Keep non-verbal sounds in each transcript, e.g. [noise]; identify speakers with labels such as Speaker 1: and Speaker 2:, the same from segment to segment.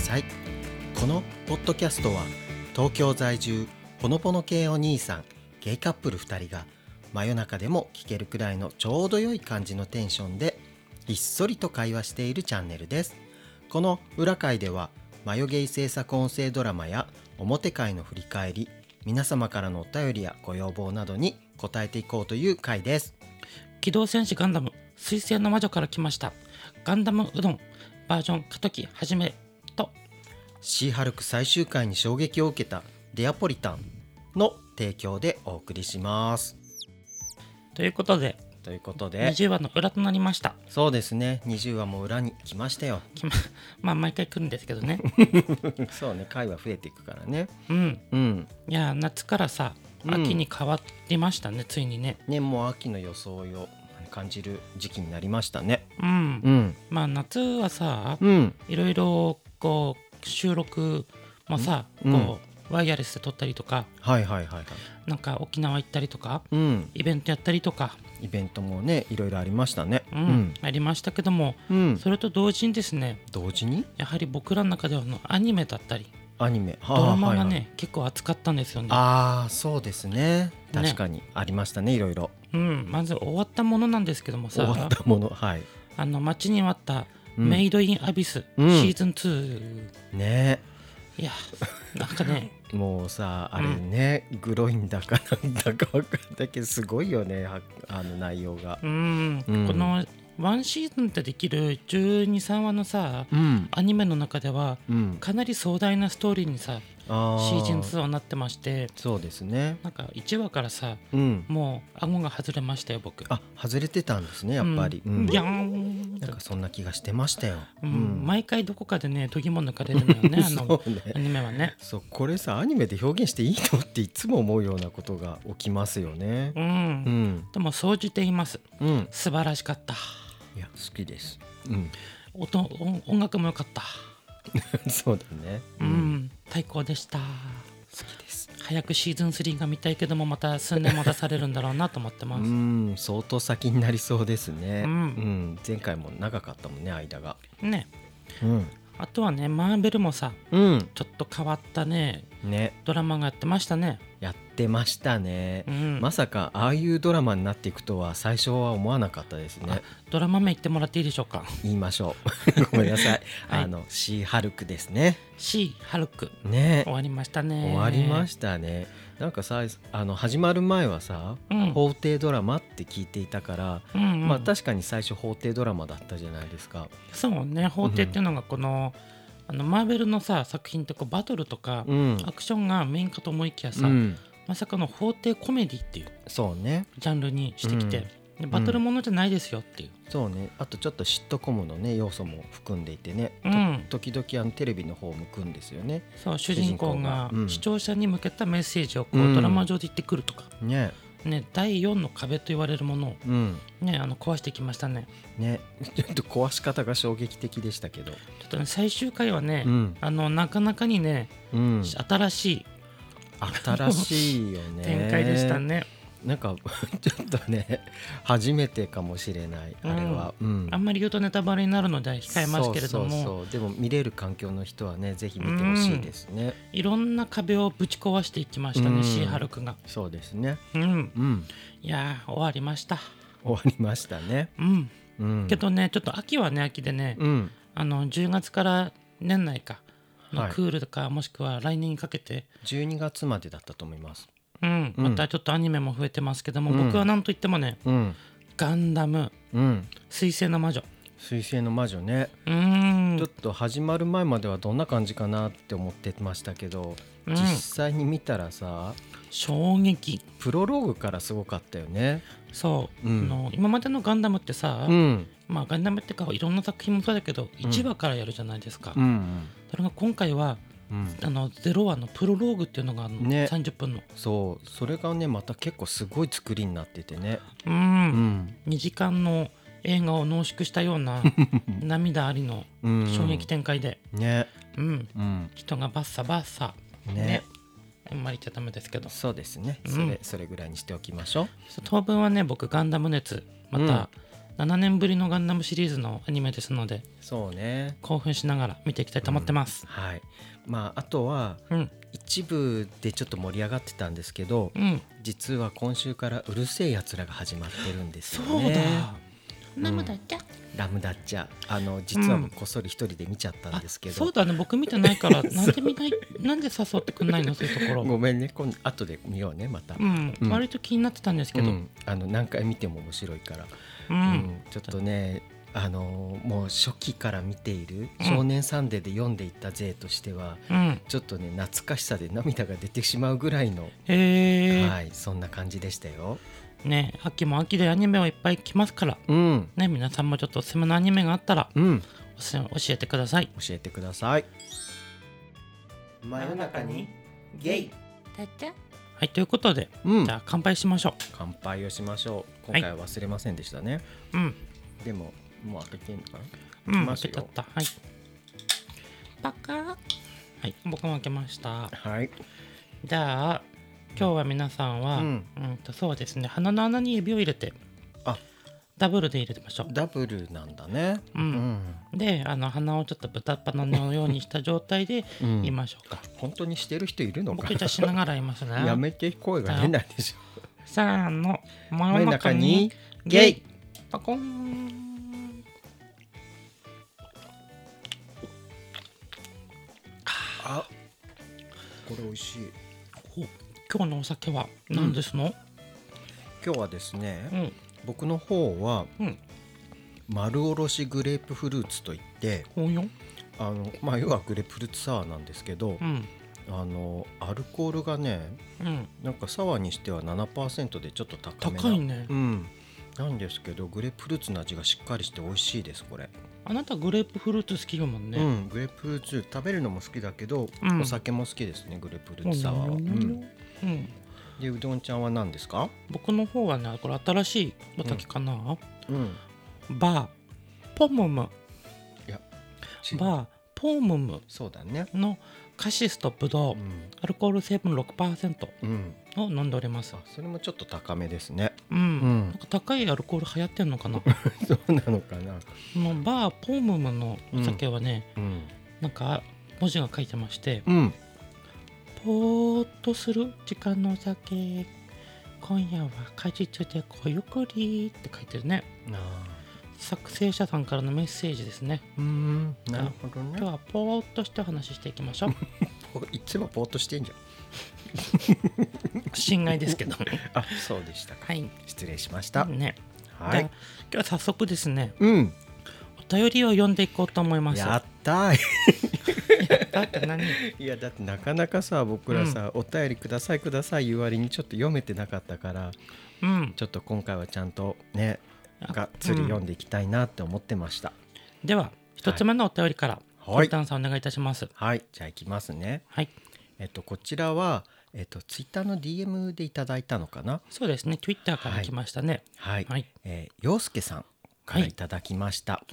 Speaker 1: さいこのポッドキャストは東京在住ほのぼの系お兄さんゲイカップル2人が真夜中でも聞けるくらいのちょうど良い感じのテンションでひっそりと会話しているチャンネルですこの裏会ではマヨゲイ制作音声ドラマや表会の振り返り皆様からのお便りやご要望などに答えていこうという回です
Speaker 2: 機動戦士ガンダム水星の魔女から来ましたガンダムうどんバージョン過渡期はじめと
Speaker 1: シーハルク最終回に衝撃を受けたデアポリタンの提供でお送りします
Speaker 2: ということで
Speaker 1: ということで
Speaker 2: 20話の裏となりました
Speaker 1: そうですね20話も裏に来ま
Speaker 2: [laughs]
Speaker 1: したよ
Speaker 2: きままあ毎回来るんですけど
Speaker 1: [laughs]
Speaker 2: ね
Speaker 1: そうね回は増えていくからね
Speaker 2: うん
Speaker 1: うん
Speaker 2: いやー夏からさ
Speaker 1: うん
Speaker 2: 秋に変わりましたね、ついにね
Speaker 1: ねもう秋の装いを感じる時期になりましたね
Speaker 2: うん、
Speaker 1: うん
Speaker 2: まあ夏はさ
Speaker 1: うん
Speaker 2: いろいろこう収録もさ、
Speaker 1: うん
Speaker 2: こうワイヤレスで撮ったりとか
Speaker 1: はいはいはいはい
Speaker 2: なんか沖縄行ったりとか
Speaker 1: うん
Speaker 2: イベントやったりとか、
Speaker 1: イベントもねいろいろありましたね
Speaker 2: うんありましたけども
Speaker 1: うん、うん
Speaker 2: それと同時にですね
Speaker 1: 同時に
Speaker 2: やはり僕らの中ではあのアニメだったり
Speaker 1: アニメ
Speaker 2: ド
Speaker 1: ド
Speaker 2: ラマがね、結構扱ったんですよね。
Speaker 1: ああそうですね
Speaker 2: ね
Speaker 1: 確かにありましたねいろいろ
Speaker 2: うん、まず終わったものなんですけども
Speaker 1: 終わ
Speaker 2: さ
Speaker 1: ったものはい
Speaker 2: あの待ちに待った「
Speaker 1: うん
Speaker 2: メイド・イン・アビス」
Speaker 1: うん
Speaker 2: シーズン2
Speaker 1: ね [laughs]
Speaker 2: いやなんかね
Speaker 1: もうさあれね、グロいんだかなんだかわかんないけどすごいよねはあの内容が
Speaker 2: うん、
Speaker 1: うん
Speaker 2: このワンシーズンでできる123話のさ
Speaker 1: うん
Speaker 2: アニメの中では
Speaker 1: うん
Speaker 2: かなり壮大なストーリーにさ
Speaker 1: あ
Speaker 2: シーズン
Speaker 1: 2
Speaker 2: 2はなってまして
Speaker 1: そうですね
Speaker 2: なんか1話からさ
Speaker 1: うん
Speaker 2: もう顎が外れましたよ僕
Speaker 1: あ外れてたんですねやっぱり、
Speaker 2: う
Speaker 1: うんん
Speaker 2: ビャーン
Speaker 1: なんかそんな気がしてましたよ、
Speaker 2: うん毎回どこかでね、どぎも抜かれるのよね、あの
Speaker 1: [laughs] そ、うね
Speaker 2: アニメはね。
Speaker 1: そうこれさアニメで表現していいのっていつも思うようなことが起きますよね
Speaker 2: う。
Speaker 1: うんん
Speaker 2: でも、総じて言います。
Speaker 1: うん
Speaker 2: 素晴らしかった。
Speaker 1: いや好きですうん [laughs]
Speaker 2: 音、音音楽も良かった。
Speaker 1: そうだね。
Speaker 2: うん。最高でした。
Speaker 1: 好きです。
Speaker 2: 早くシーズン3が見たいけども、また数年も出されるんだろうなと思って
Speaker 1: う
Speaker 2: ます。
Speaker 1: ん、相当先になりそうですね。う
Speaker 2: うん
Speaker 1: ん、前回も長かったもんね、間が。
Speaker 2: ね。
Speaker 1: うん、
Speaker 2: あとはね、マーベルもさ、
Speaker 1: うん、
Speaker 2: ちょっと変わったね、
Speaker 1: ね、
Speaker 2: ドラマがやってましたね。
Speaker 1: やってましたね
Speaker 2: う。ん。
Speaker 1: まさかああいうドラマになっていくとは最初は思わなかったですね
Speaker 2: あ。ドラマ名言ってもらっていいでしょうか。
Speaker 1: 言いましょ
Speaker 2: [laughs]
Speaker 1: う。ごめんなさい。
Speaker 2: はい
Speaker 1: あのシーハルクですね。
Speaker 2: シー・ハルク。
Speaker 1: ね
Speaker 2: 終、わりましたね。
Speaker 1: 終わりましたね。なんかさ、あの始まる前はさ、
Speaker 2: うん。
Speaker 1: 法廷ドラマって聞いていたから、
Speaker 2: うんうん
Speaker 1: まあ確かに最初法廷ドラマだったじゃないですか。
Speaker 2: そうね法廷っていうのがこの,、あのマーベルのさ作品ってこうバトルとか、
Speaker 1: うん。
Speaker 2: アクションがメインかと思いきやさ、
Speaker 1: うん、
Speaker 2: まさかの法廷コメディっていう
Speaker 1: そうね
Speaker 2: ジャンルにしてきて、でバトルものじゃないですよっていう、
Speaker 1: そうねあとちょっとシットコムのね要素も含んでいてね、と
Speaker 2: うん
Speaker 1: 時々あのテレビの方向くんですよね
Speaker 2: そう主人公が
Speaker 1: 主人公がうん
Speaker 2: 視聴者に向けたメッセージをこう、
Speaker 1: うん
Speaker 2: ドラマ上で言ってくるとか、
Speaker 1: ね
Speaker 2: ね、第4の壁と言われるもの
Speaker 1: うん
Speaker 2: を、ね、あの壊してきましたね
Speaker 1: ね [laughs] ちょっと壊し方が衝撃的でしたけど
Speaker 2: ちょっとね最終回はね、
Speaker 1: うん、
Speaker 2: あのなかなかにね、
Speaker 1: うん、
Speaker 2: 新しい
Speaker 1: 新しいよね
Speaker 2: 展開でしたね、
Speaker 1: なんか [laughs] ちょっとね初めてかもしれないあれは、うん
Speaker 2: あんまり言うとネタバレになるので控えますけれども
Speaker 1: そうそうそうでも見れる環境の人はねぜひ見てほしいですね、
Speaker 2: いろんな壁をぶち壊していきましたね、
Speaker 1: うん
Speaker 2: シーハルクが。
Speaker 1: そうですね
Speaker 2: うん、
Speaker 1: うん
Speaker 2: いやー終わりました。
Speaker 1: 終わりましたね
Speaker 2: うん、
Speaker 1: うん
Speaker 2: けどねちょっと秋はね秋でね、
Speaker 1: うん
Speaker 2: あの10月から年内か
Speaker 1: は
Speaker 2: の
Speaker 1: い
Speaker 2: クールとか、もしくは来年にかけて、
Speaker 1: 12月までだったと思います。
Speaker 2: うん、
Speaker 1: うん
Speaker 2: またちょっとアニメも増えてますけども、
Speaker 1: うん
Speaker 2: 僕はなんといってもね
Speaker 1: うん、
Speaker 2: 「ガンダム
Speaker 1: うん、
Speaker 2: 彗星の魔女
Speaker 1: 水星の魔女ね、」
Speaker 2: うーん
Speaker 1: ちょっと始まる前まではどんな感じかなって思ってましたけど、
Speaker 2: うん
Speaker 1: 実際に見たらさ、
Speaker 2: 衝撃
Speaker 1: プロローグからすごかったよね。
Speaker 2: そう、
Speaker 1: うん
Speaker 2: あの今までの「ガンダム」ってさ、
Speaker 1: うん、
Speaker 2: まあガンダムってかいろんな作品もそうだけど
Speaker 1: ん
Speaker 2: 1話からやるじゃないですか、
Speaker 1: うん、
Speaker 2: それが今回は
Speaker 1: うん、
Speaker 2: あのゼロ話のプロローグっていうのがあるの、
Speaker 1: ね
Speaker 2: 30分の
Speaker 1: そう、それがね、また結構すごい作りになっててね。
Speaker 2: う、
Speaker 1: うんん、
Speaker 2: 2時間の映画を濃縮したよう
Speaker 1: [laughs]
Speaker 2: な涙ありの
Speaker 1: うん、
Speaker 2: 衝撃展開で、
Speaker 1: ね、
Speaker 2: うん
Speaker 1: うん、
Speaker 2: 人がバッサバッサ
Speaker 1: ね
Speaker 2: ねあんまり言っちゃダメですけど
Speaker 1: そうですね。
Speaker 2: うん
Speaker 1: それ、それぐらいにしておきましょう。
Speaker 2: 当分はね僕ガンダム熱また、 7年ぶりのガンダムシリーズのアニメですので
Speaker 1: そうね
Speaker 2: 興奮しながら見ていきたいと思ってます
Speaker 1: はいまああとは
Speaker 2: うん
Speaker 1: 一部でちょっと盛り上がってたんですけど
Speaker 2: うん、
Speaker 1: 実は今週から「うるせえやつら」が始まってるんです
Speaker 2: そ
Speaker 1: よ
Speaker 2: う
Speaker 1: ね
Speaker 2: だ、
Speaker 1: ん
Speaker 2: なむだっけ
Speaker 1: ラムダッチャあの実は
Speaker 2: うん
Speaker 1: こっそり一人で見ちゃったん
Speaker 2: あ
Speaker 1: ですけど、
Speaker 2: そうだね僕見てないからなんで見ないなんで誘ってくんないのそういうとこ
Speaker 1: [laughs]
Speaker 2: ろ
Speaker 1: ごめんね今後で見ようねまた、
Speaker 2: うん、
Speaker 1: うん
Speaker 2: 割と気になってたんですけど、
Speaker 1: う
Speaker 2: うん
Speaker 1: んあの何回見ても面白いから、うんちょっとねあのーもう初期から見ている「
Speaker 2: うん
Speaker 1: 少年サンデー」で読んでいた勢としては、
Speaker 2: うん
Speaker 1: ちょっとね懐かしさで涙が出てしまうぐらいの、
Speaker 2: へえ、
Speaker 1: はいそんな感じでしたよ。
Speaker 2: ね秋も秋でアニメはいっぱい来ますから
Speaker 1: うん、
Speaker 2: ね皆さんもちょっとおすすめのアニメがあったら
Speaker 1: うん、教
Speaker 2: おす教えてください
Speaker 1: えてください。真
Speaker 2: 夜中に
Speaker 1: ゲイ、
Speaker 3: だっちゃ
Speaker 2: はいということで
Speaker 1: うん
Speaker 2: じゃ、あ乾杯しましょ
Speaker 1: 乾杯をしましょう。
Speaker 2: は
Speaker 1: 今
Speaker 2: い
Speaker 1: 回は忘れませんでしたね。
Speaker 2: ううん
Speaker 1: でももう開けてんのかな。
Speaker 2: う
Speaker 1: ま
Speaker 2: ん開
Speaker 1: す
Speaker 2: け
Speaker 1: よ
Speaker 2: ちゃったはい
Speaker 3: バカ
Speaker 2: はい僕も開けました
Speaker 1: はい。
Speaker 2: じゃあ今日は皆さんは、
Speaker 1: う
Speaker 2: うんん、とそうですね鼻の穴に指を入れて
Speaker 1: あ
Speaker 2: ダブルで入れてましょ
Speaker 1: ダブルなんだね。
Speaker 2: う、うんであの鼻をちょっと豚っ鼻のようにした状態で
Speaker 1: うん。うん
Speaker 2: 言いましょうか、
Speaker 1: 本当にしてる人いるのか
Speaker 2: 僕じゃあしながら言いますね
Speaker 1: やめて声が出ないでしょ。
Speaker 2: せーの真
Speaker 1: 真
Speaker 2: ん
Speaker 1: 夜
Speaker 2: 中
Speaker 1: 中
Speaker 2: に
Speaker 1: に
Speaker 2: ゲ
Speaker 1: ゲ
Speaker 2: イ
Speaker 1: イ
Speaker 2: パコーン
Speaker 1: あ、これ美味しい。
Speaker 2: お今日のお酒は何ですの
Speaker 1: 今日はですね、
Speaker 2: うん
Speaker 1: 僕の方は
Speaker 2: うん
Speaker 1: 丸おろしグレープフルーツといって、
Speaker 2: ほんよ
Speaker 1: あのまあ要はグレープフルーツサワーなんですけど
Speaker 2: う、ん
Speaker 1: あのアルコールがね、
Speaker 2: うん
Speaker 1: なんかサワーにしては7%でちょっと高めな。
Speaker 2: 高いね
Speaker 1: うん。なんですけどグレープフルーツの味がしっかりして美味しいですこれ。
Speaker 2: あなたグレープフルーツ好きよもん
Speaker 1: う
Speaker 2: ね、
Speaker 1: ん、グレープフルーツ食べるのも好きだけど、
Speaker 2: うん
Speaker 1: お酒も好きですねグレープフル
Speaker 2: ほ
Speaker 1: ー
Speaker 2: ん
Speaker 1: ツサ
Speaker 2: よ
Speaker 1: ワーは、うん
Speaker 2: うん
Speaker 1: でうどんちゃんは何ですか
Speaker 2: 僕の方はねこれ新しいお酒かな、
Speaker 1: うん
Speaker 2: バーポムム
Speaker 1: あ
Speaker 2: バーポムム
Speaker 1: そうだね
Speaker 2: のカシスとブ
Speaker 1: う
Speaker 2: ドウ
Speaker 1: ん、
Speaker 2: アルコール成分6%
Speaker 1: うん、
Speaker 2: を飲んでおります
Speaker 1: あそれもちょっと高めですね
Speaker 2: うん、
Speaker 1: ん
Speaker 2: なんか高いアルコール流行ってんのかなこ
Speaker 1: [laughs] そうなのかな
Speaker 2: のバーポムムのお酒はね、
Speaker 1: うん、
Speaker 2: なんか文字が書いてまして
Speaker 1: うん、
Speaker 2: ぽーっとする時間のお酒今夜は果実でごゆっくりって書いてるね
Speaker 1: なあ
Speaker 2: 作成者さんからのメッセージですね
Speaker 1: うんなるほど
Speaker 2: 今日
Speaker 1: ね
Speaker 2: はぽーっとしてお話ししていきま
Speaker 1: [laughs]
Speaker 2: しょう
Speaker 1: こういつもぼーっとしてんじゃん
Speaker 2: 心外です
Speaker 1: [laughs]
Speaker 2: けど
Speaker 1: あそうでしたか
Speaker 2: はい
Speaker 1: 失礼しました、
Speaker 2: ね
Speaker 1: は
Speaker 2: じゃあ
Speaker 1: い
Speaker 2: 今日は早速ですね
Speaker 1: うん
Speaker 2: お便りを読んでいこうと思います
Speaker 1: やったー
Speaker 2: だって何
Speaker 1: いやだってなかなかさ僕らさ、お便りくださいください言う割にちょっと読めてなかったから
Speaker 2: うん
Speaker 1: ちょっと今回はちゃんとね
Speaker 2: あ
Speaker 1: がっつり読
Speaker 2: うん
Speaker 1: んでいきたいなって思ってました、
Speaker 2: では一つ目のお便りから、
Speaker 1: はい
Speaker 2: ダンさんお願いいたします
Speaker 1: はいじゃあいきますね
Speaker 2: はい
Speaker 1: えっとこちらはえっとツイッターの DM でいただいたのかな
Speaker 2: そうですね Twitter から来ましたね
Speaker 1: はい、
Speaker 2: はい、
Speaker 1: えー、陽介さんからいただきました、
Speaker 2: あ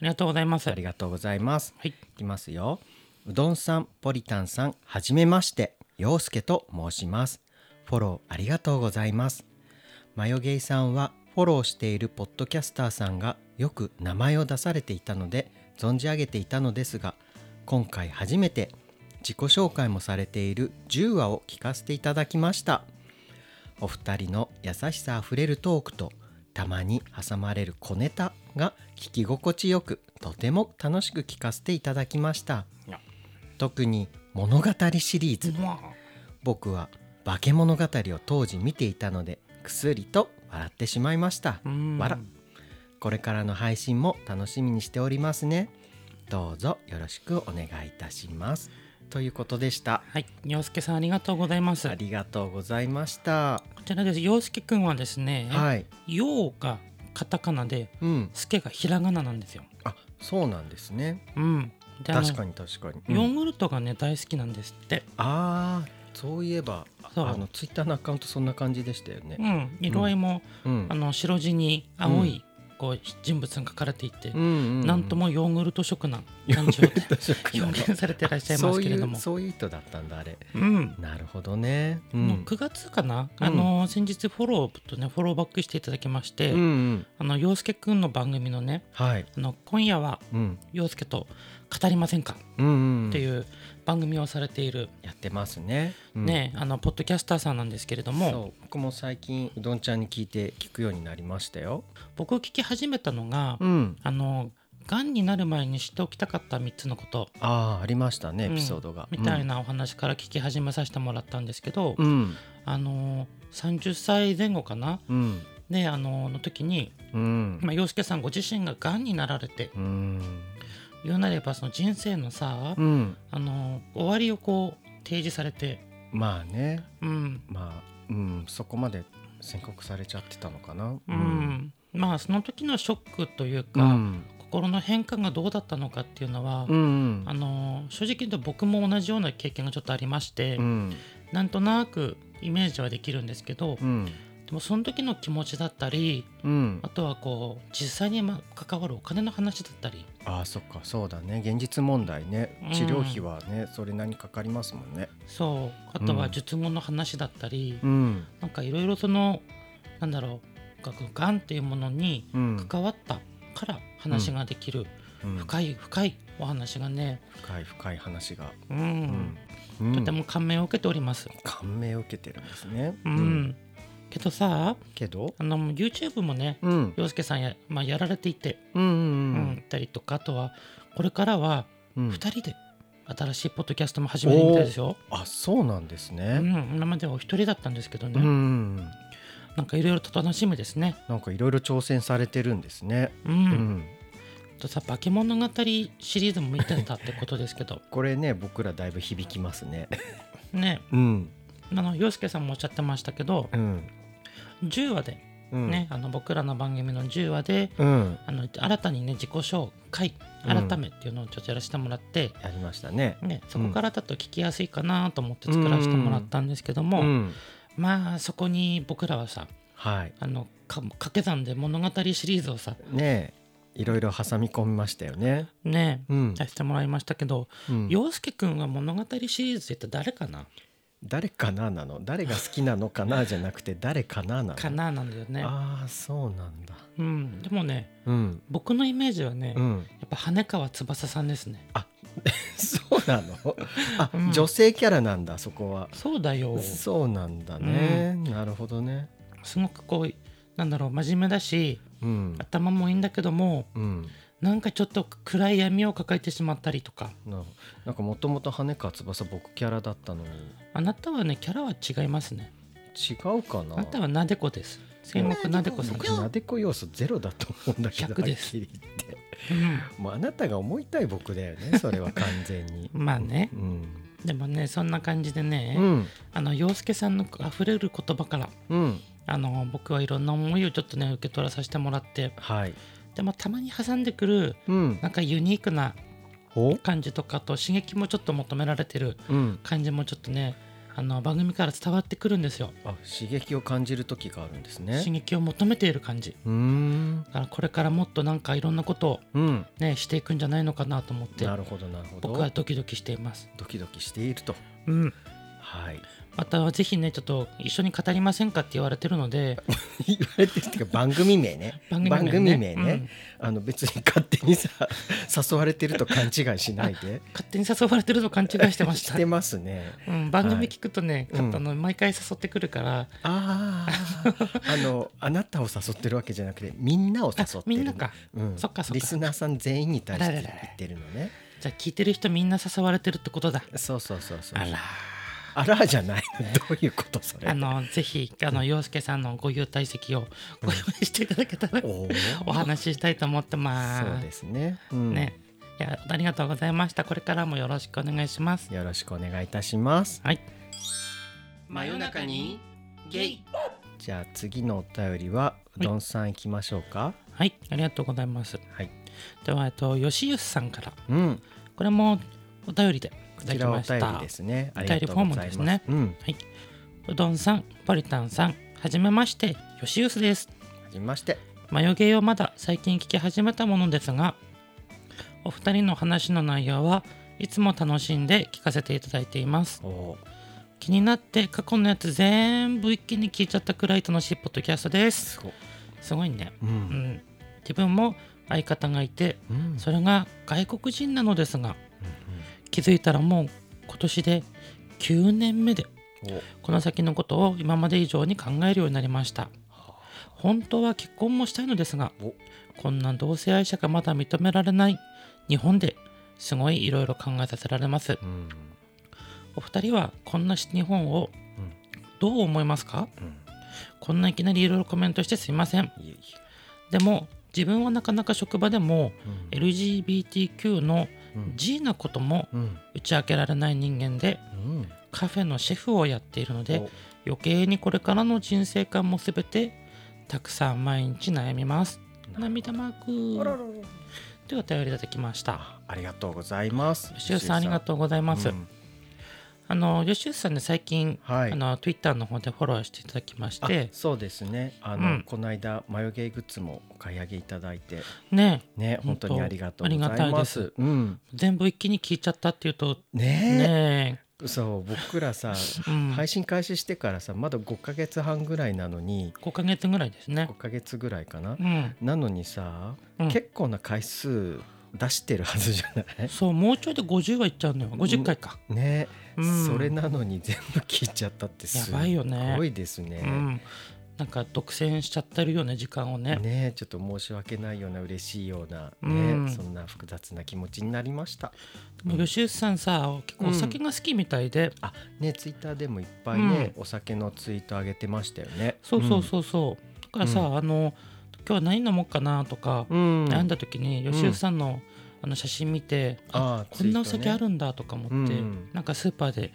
Speaker 2: りがとうございます
Speaker 1: ありがとうございます
Speaker 2: はい
Speaker 1: いきますようどんさんポリタンさんはじめまして陽介と申しますフォローありがとうございますマヨゲイさんはフォローしているポッドキャスターさんがよく名前を出されていたので存じ上げていたのですが今回初めて自己紹介もされている10話を聞かせていただきましたお二人の優しさあふれるトークとたまに挟まれる小ネタが聞き心地よくとても楽しく聞かせていただきました
Speaker 2: いや
Speaker 1: 特に物語シリーズ
Speaker 2: うわ
Speaker 1: 僕は化け物語を当時見ていたのでくすりと笑ってしまいました
Speaker 2: うん
Speaker 1: わらこれからの配信も楽しみにしておりますねどうぞよろしくお願いいたしますということでした
Speaker 2: はい洋介さんありがとうございます
Speaker 1: あ
Speaker 2: こ
Speaker 1: りがとうございました
Speaker 2: ちらです洋介くんはですね、
Speaker 1: はい
Speaker 2: 洋がカタカナで
Speaker 1: うん
Speaker 2: 介がひらがななんですよ
Speaker 1: あそうなんですね
Speaker 2: うんであの
Speaker 1: 確かに確かに、
Speaker 2: ヨ
Speaker 1: うん
Speaker 2: ーグルトがね大好きなんですって
Speaker 1: あーそういえばあ
Speaker 2: そう
Speaker 1: あのツイッターのアカウントそんな感じでしたよね
Speaker 2: う、ん色合いも、
Speaker 1: うん
Speaker 2: あの白地に青いこう人物が書かれていて、
Speaker 1: うんうんうん
Speaker 2: なんともヨーグルト色な感じを
Speaker 1: 確かに
Speaker 2: 表現されてらっしゃいますけれども
Speaker 1: そういうそういう意図だったんだあれ
Speaker 2: うん
Speaker 1: なるほどね、う、
Speaker 2: もうん9月かな、あの先日フォローとねフォローバックしていただきまして、
Speaker 1: うんうん
Speaker 2: あの陽介くんの番組のね
Speaker 1: はい
Speaker 2: あの今夜は
Speaker 1: うん
Speaker 2: 陽介と語りませんか
Speaker 1: うんうん
Speaker 2: っていう番組をされている、
Speaker 1: やってますね、うん
Speaker 2: ねあのポッドキャスターさんなんですけれども
Speaker 1: そう僕も最近うどんちゃんに聞いて聞くようになりましたよ
Speaker 2: 僕聞き始めたのが、
Speaker 1: ん
Speaker 2: あのがんになる前にしておきたかった3つのこと
Speaker 1: ああありましたねエ
Speaker 2: うん
Speaker 1: ピソードが、
Speaker 2: みたいなお話から聞き始めさせてもらったんですけど、
Speaker 1: うん
Speaker 2: あの30歳前後かな
Speaker 1: うん
Speaker 2: であのの時に、
Speaker 1: うん
Speaker 2: まあ、陽介さんご自身ががんになられて
Speaker 1: うん
Speaker 2: 言うなればその人生のさ、
Speaker 1: うん
Speaker 2: あの終わりをこう提示されて、
Speaker 1: まあね
Speaker 2: うん
Speaker 1: まあうんそこまで宣告されちゃってたのかな
Speaker 2: うんまあその時のショックという
Speaker 1: う
Speaker 2: か、
Speaker 1: ん
Speaker 2: 心の変化がどうだったのかっていうのは、
Speaker 1: うん
Speaker 2: あの正直言うと僕も同じような経験がちょっとありまして、
Speaker 1: うん
Speaker 2: なんとなくイメージはできるんですけど、
Speaker 1: うん
Speaker 2: でもその時の気持ちだったり
Speaker 1: うん
Speaker 2: あとはこう実際にまあ関わるお金の話だったり、
Speaker 1: ああそっかそうだね現実問題ね
Speaker 2: うん
Speaker 1: 治療費はね、それなりにかかりますもんね
Speaker 2: そうあと
Speaker 1: う
Speaker 2: は
Speaker 1: ん
Speaker 2: 術後の話だったり、
Speaker 1: うん
Speaker 2: なんかいろいろそのなんだろうががんっていうものに
Speaker 1: うん
Speaker 2: 関わったから話ができる、
Speaker 1: うん
Speaker 2: 深い深いお話がね、
Speaker 1: 深い深い話が、
Speaker 2: うん
Speaker 1: うん
Speaker 2: とても感銘を受けております。
Speaker 1: 感銘を受けてるんですね、
Speaker 2: うんけどさ
Speaker 1: けど
Speaker 2: あの YouTube もね
Speaker 1: うん
Speaker 2: 洋介さんや,、まあ、やられていて、
Speaker 1: うんう
Speaker 2: うんん、行ったりとかあとはこれからは
Speaker 1: うん
Speaker 2: 2人で新しいポッドキャストも始めるみたいですよ。
Speaker 1: あそうなんです
Speaker 2: う
Speaker 1: ね、
Speaker 2: ん、今まではお一人だったんですけど
Speaker 1: う
Speaker 2: ね、
Speaker 1: んうん、
Speaker 2: なんかいろいろと楽しみですね。
Speaker 1: なんかいろいろ挑戦されてるんですね、
Speaker 2: う
Speaker 1: うん
Speaker 2: んとさ「化け物語」シリーズも見てたってことですけど
Speaker 1: これね僕らだいぶ響きますね
Speaker 2: ね
Speaker 1: うん
Speaker 2: あの洋介さんもおっしゃってましたけど
Speaker 1: うん
Speaker 2: 10話で、
Speaker 1: うん
Speaker 2: ねあの僕らの番組の10話で
Speaker 1: うん
Speaker 2: あの新たにね自己紹介
Speaker 1: うん
Speaker 2: 改めっていうのをちょっとやらせてもらって、
Speaker 1: やりましたね
Speaker 2: ね、そこからだと聞きやすいかなと思って作らせてもらったんですけども、
Speaker 1: ん
Speaker 2: まあそこに僕らはさ
Speaker 1: はい
Speaker 2: あのか掛け算で物語シリーズをさ
Speaker 1: ねいろいろ挟み込みましたよね
Speaker 2: ね
Speaker 1: うん
Speaker 2: やらせてもらいましたけど、
Speaker 1: うん
Speaker 2: 陽介くんは物語シリーズって誰かな
Speaker 1: 誰かななの誰が好きなのかなじゃな
Speaker 2: [laughs]
Speaker 1: くて誰かななの
Speaker 2: かななんだよね、
Speaker 1: ああそうなんだ
Speaker 2: うん、でもね
Speaker 1: うん
Speaker 2: 僕のイメージはね、
Speaker 1: う
Speaker 2: や
Speaker 1: ん
Speaker 2: っぱ羽川翼さんですね
Speaker 1: そうな [laughs] のあ、
Speaker 2: うん
Speaker 1: 女性キャラなんだそこは
Speaker 2: そうだよ
Speaker 1: そうなんだね、なるほどね
Speaker 2: すごくこうなんだろう真面目だし
Speaker 1: うん
Speaker 2: 頭もいいんだけども
Speaker 1: うん
Speaker 2: なんかちょっと暗い闇を抱えてしまったりとか
Speaker 1: ななんかもともと羽川翼僕キャラだったのに
Speaker 2: あなたはねキャラは違いますね
Speaker 1: 違うかな
Speaker 2: あなたはなでこです戦国なでこさん
Speaker 1: 僕
Speaker 2: です
Speaker 1: なでこ要素ゼロだと思うんだけど
Speaker 2: 100です
Speaker 1: はっきり言って
Speaker 2: うん
Speaker 1: もうあなたが思いたい僕だよ
Speaker 2: [laughs]
Speaker 1: ねそれは完全に
Speaker 2: まあね
Speaker 1: うん
Speaker 2: でもねそんな感じでね、
Speaker 1: うん
Speaker 2: あの洋介さんの溢れる言葉から
Speaker 1: うん
Speaker 2: あの僕はいろんな思いをちょっとね受け取らさせてもらって
Speaker 1: はい
Speaker 2: でもたまに挟んでくる
Speaker 1: うん
Speaker 2: なんかユニークな
Speaker 1: お
Speaker 2: 感じとかあと刺激もちょっと求められてる
Speaker 1: うん
Speaker 2: 感じもちょっとねあの番組から伝わってくるんですよ
Speaker 1: あ刺激を感じる時があるんですね
Speaker 2: 刺激を求めている感じ
Speaker 1: うーん
Speaker 2: だからこれからもっとなんかいろんなことを
Speaker 1: うん
Speaker 2: ねしていくんじゃないのかなと思って
Speaker 1: なるほどなるほど
Speaker 2: 僕はドキドキしています
Speaker 1: ドキドキしていると
Speaker 2: うん [laughs]
Speaker 1: はい
Speaker 2: またはぜひねちょっと一緒に語りませんかって言われてる
Speaker 1: [laughs]
Speaker 2: ので
Speaker 1: 言われてるっていうか番組名ね番組名ねあの別に勝手にさ誘われてると勘違いしないで
Speaker 2: うん勝手に誘われてると勘違いしてまし
Speaker 1: したてますね
Speaker 2: うん、番組聞くとね、
Speaker 1: はいうん
Speaker 2: あの毎回誘ってくるから、
Speaker 1: ああ [laughs] あのあなたを誘ってるわけじゃなくてみんなを誘ってる
Speaker 2: あみんなか
Speaker 1: うん、
Speaker 2: そっかそっか
Speaker 1: リスナーさん全員に対して
Speaker 2: あら
Speaker 1: 言
Speaker 2: ららら
Speaker 1: ってるのね
Speaker 2: じゃあ聞いてる人みんな誘われてるってことだ
Speaker 1: そうそうそうそう
Speaker 2: あら
Speaker 1: あらじゃないどういうことそれ
Speaker 2: あのぜひあの洋介さんのご優待席をご用意していただけたら、
Speaker 1: おお
Speaker 2: お話ししたいと思ってます
Speaker 1: そうですね,、うん、
Speaker 2: ねいやありがとうございましたこれからもよろしくお願いします
Speaker 1: よろしくお願いいたします
Speaker 2: はい
Speaker 3: 真夜中にゲイ
Speaker 1: じゃあ次のお便りはうどんさん行きましょうか
Speaker 2: はいありがとうございます
Speaker 1: はい、
Speaker 2: ではえっと吉吉さんから
Speaker 1: うん
Speaker 2: これもお便りでい
Speaker 1: こ
Speaker 2: ただ
Speaker 1: ち
Speaker 2: き
Speaker 1: らお
Speaker 2: ました
Speaker 1: 便りですねあ
Speaker 2: お
Speaker 1: り
Speaker 2: 便
Speaker 1: が
Speaker 2: り
Speaker 1: と
Speaker 2: フ
Speaker 1: うご
Speaker 2: ォーム
Speaker 1: ざい
Speaker 2: で
Speaker 1: ます
Speaker 2: すね
Speaker 1: うん
Speaker 2: うどんさんポリタンさんはじめまして吉吉です
Speaker 1: はじめまして
Speaker 2: えマヨゲーをまだ最近聞き始めたものですがお二人の話の内容はいつも楽しんで聞かせていただいています
Speaker 1: おー
Speaker 2: 気になって過去のやつ全部一気に聞いちゃったくらい楽しいポッドキャストです
Speaker 1: すごい。
Speaker 2: すごいね
Speaker 1: う。
Speaker 2: うんん自分も相方がいて
Speaker 1: うん
Speaker 2: それが外国人なのですが気づいたらもう今年で9年目で
Speaker 1: うんうんお
Speaker 2: この先のことを今まで以上に考えるようになりました
Speaker 1: はあ
Speaker 2: 本当は結婚もしたいのですが
Speaker 1: お
Speaker 2: こんな同性愛者がまだ認められない日本ですごいいろいろ考えさせられます
Speaker 1: うん
Speaker 2: お二人はこんな日本を
Speaker 1: うん
Speaker 2: どう思いますか
Speaker 1: うん
Speaker 2: こんないきなりいろいろコメントしてすいません
Speaker 1: いえい
Speaker 2: でも自分はなかなか職場でも
Speaker 1: えうん
Speaker 2: LGBTQ の
Speaker 1: うん
Speaker 2: G なことも
Speaker 1: うん
Speaker 2: 打ち明けられない人間で
Speaker 1: うん
Speaker 2: カフェのシェフをやっているので余計にこれからの人生観も全てたくさん毎日悩みます
Speaker 1: お
Speaker 2: 涙マ
Speaker 1: あらら
Speaker 2: ーク
Speaker 1: ら
Speaker 2: というお便りいただきました
Speaker 1: ありがとうございます
Speaker 2: 吉尾さんありが
Speaker 1: う
Speaker 2: とうございます、
Speaker 1: ん
Speaker 2: あの吉尾さんね最近、
Speaker 1: はい
Speaker 2: あの Twitter の方でフォローしていただきまし
Speaker 1: あ
Speaker 2: て
Speaker 1: そうですねあ
Speaker 2: う
Speaker 1: の
Speaker 2: ん
Speaker 1: この間マヨゲーグッズもお買い上げいただいて
Speaker 2: ね
Speaker 1: ね本
Speaker 2: 本
Speaker 1: 当
Speaker 2: 当
Speaker 1: にありがとうござ
Speaker 2: あ
Speaker 1: い
Speaker 2: りがたい
Speaker 1: ま
Speaker 2: ですす
Speaker 1: うん
Speaker 2: 全部一気に聞いちゃったっていうと
Speaker 1: ね
Speaker 2: ね
Speaker 1: えそう僕らさ
Speaker 2: え、うん
Speaker 1: 配信開始してからさまだ5ヶ月半ぐらいなのに
Speaker 2: 5ヶ月ぐらいですね
Speaker 1: 5ヶ月ぐらいかな
Speaker 2: うん、
Speaker 1: なのにさ
Speaker 2: うん
Speaker 1: 結構な回数出してるはずじゃない
Speaker 2: そうもうちょいで50はいっちゃうのよ50回か、
Speaker 1: ね
Speaker 2: うん
Speaker 1: それなのに全部聞いちゃったってす
Speaker 2: やばいよね
Speaker 1: ごいですね
Speaker 2: うん、なんか独占しちゃってるよね時間をね
Speaker 1: ねちょっと申し訳ないような嬉しいような
Speaker 2: う
Speaker 1: ね
Speaker 2: ん
Speaker 1: そんな複雑な気持ちになりました
Speaker 2: でも吉内さんさ結構お酒が好きみたいで、
Speaker 1: あねツイッターでもいっぱいねお酒のツイート上げてましたよね
Speaker 2: そうそうそうそう、だからさ、
Speaker 1: う
Speaker 2: あの今日は何飲もうかなとか、
Speaker 1: うんうん
Speaker 2: 悩んだ時に吉内さんの,、あの写真見てあ
Speaker 1: あー
Speaker 2: こんなお酒
Speaker 1: ツイー
Speaker 2: あ
Speaker 1: トね
Speaker 2: るんだとか思って、
Speaker 1: うん
Speaker 2: なんかスーパーで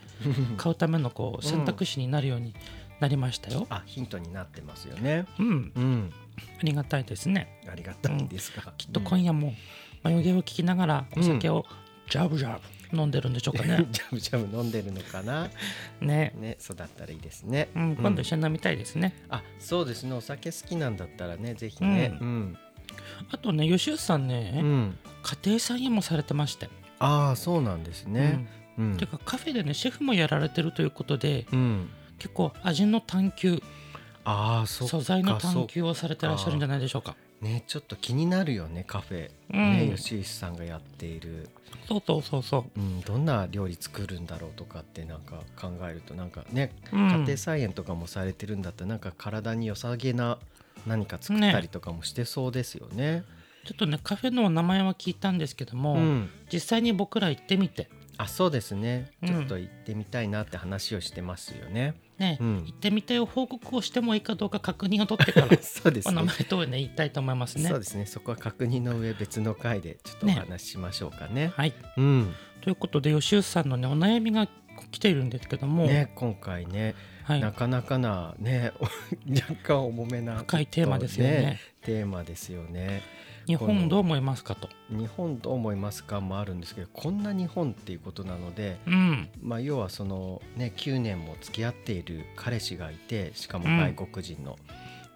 Speaker 2: 買うためのこう選択肢になるようになりましたよ。
Speaker 1: [laughs] あヒントになってますよね
Speaker 2: うん、
Speaker 1: うん
Speaker 2: ありがたいですね。
Speaker 1: ありがたいですが
Speaker 2: きっと今夜も眉毛を聞きながらお酒をジャブジャブ飲んでるんでしょうかね。
Speaker 1: [laughs] ジャブジャブ飲んでるのかな。
Speaker 2: ね、
Speaker 1: ね、そうだったらいいですね。
Speaker 2: うん、今度一緒に飲みたいですね。
Speaker 1: あ、そうですね。お酒好きなんだったらね、ぜひね。う。
Speaker 2: うんあとね吉内さんね、
Speaker 1: うん。
Speaker 2: 家庭菜園もされてまして。
Speaker 1: ああ、そうなんですね。う
Speaker 2: うんんて。かカフェでねシェフもやられてるということで
Speaker 1: うん。
Speaker 2: 結構味の探求
Speaker 1: ああ、そう。
Speaker 2: 素材の探求をされてらっしゃるんじゃないでしょうか。
Speaker 1: ね、ちょっと気になるよね、カフェ。
Speaker 2: うん
Speaker 1: ね、吉石さんがやっている。
Speaker 2: そうそうそうそ
Speaker 1: うん、どんな料理作るんだろうとかって、なんか考えると、なんかね。
Speaker 2: う。
Speaker 1: 家
Speaker 2: うん
Speaker 1: 庭菜園とかもされてるんだったら、なんか体に良さげな。何か作ったりとかもしてそうですよね。
Speaker 2: ちょっとねカフェの名前は聞いたんですけども、
Speaker 1: うん。
Speaker 2: 実際に僕ら行ってみて
Speaker 1: あそうですね、
Speaker 2: うん
Speaker 1: ちょっと行ってみたいなって話をしてますよね。
Speaker 2: ね、
Speaker 1: うん
Speaker 2: 行ってみてを報告をしてもいいかどうか確認を取ってからま
Speaker 1: [laughs] そうです
Speaker 2: あ名
Speaker 1: ね。
Speaker 2: 前等ね言いたいと思いますね
Speaker 1: そう。ですね。そこは確認の上別の回でちょっとお
Speaker 2: ね
Speaker 1: 話ししましょうかね。
Speaker 2: はい、
Speaker 1: うん。
Speaker 2: ということで吉内さんのねお悩みが来ているんですけども、
Speaker 1: ね今回ね、
Speaker 2: はい、
Speaker 1: なかなかなね [laughs] 若干重めな
Speaker 2: 深いテーマですよね
Speaker 1: テーマですよね。
Speaker 2: 日本どう思いますかと。
Speaker 1: 日本どう思いますかもあるんですけどこんな日本っていうことなので。
Speaker 2: うん
Speaker 1: まあ、要はその、ね、9年も付き合っている彼氏がいてしかも外国人の、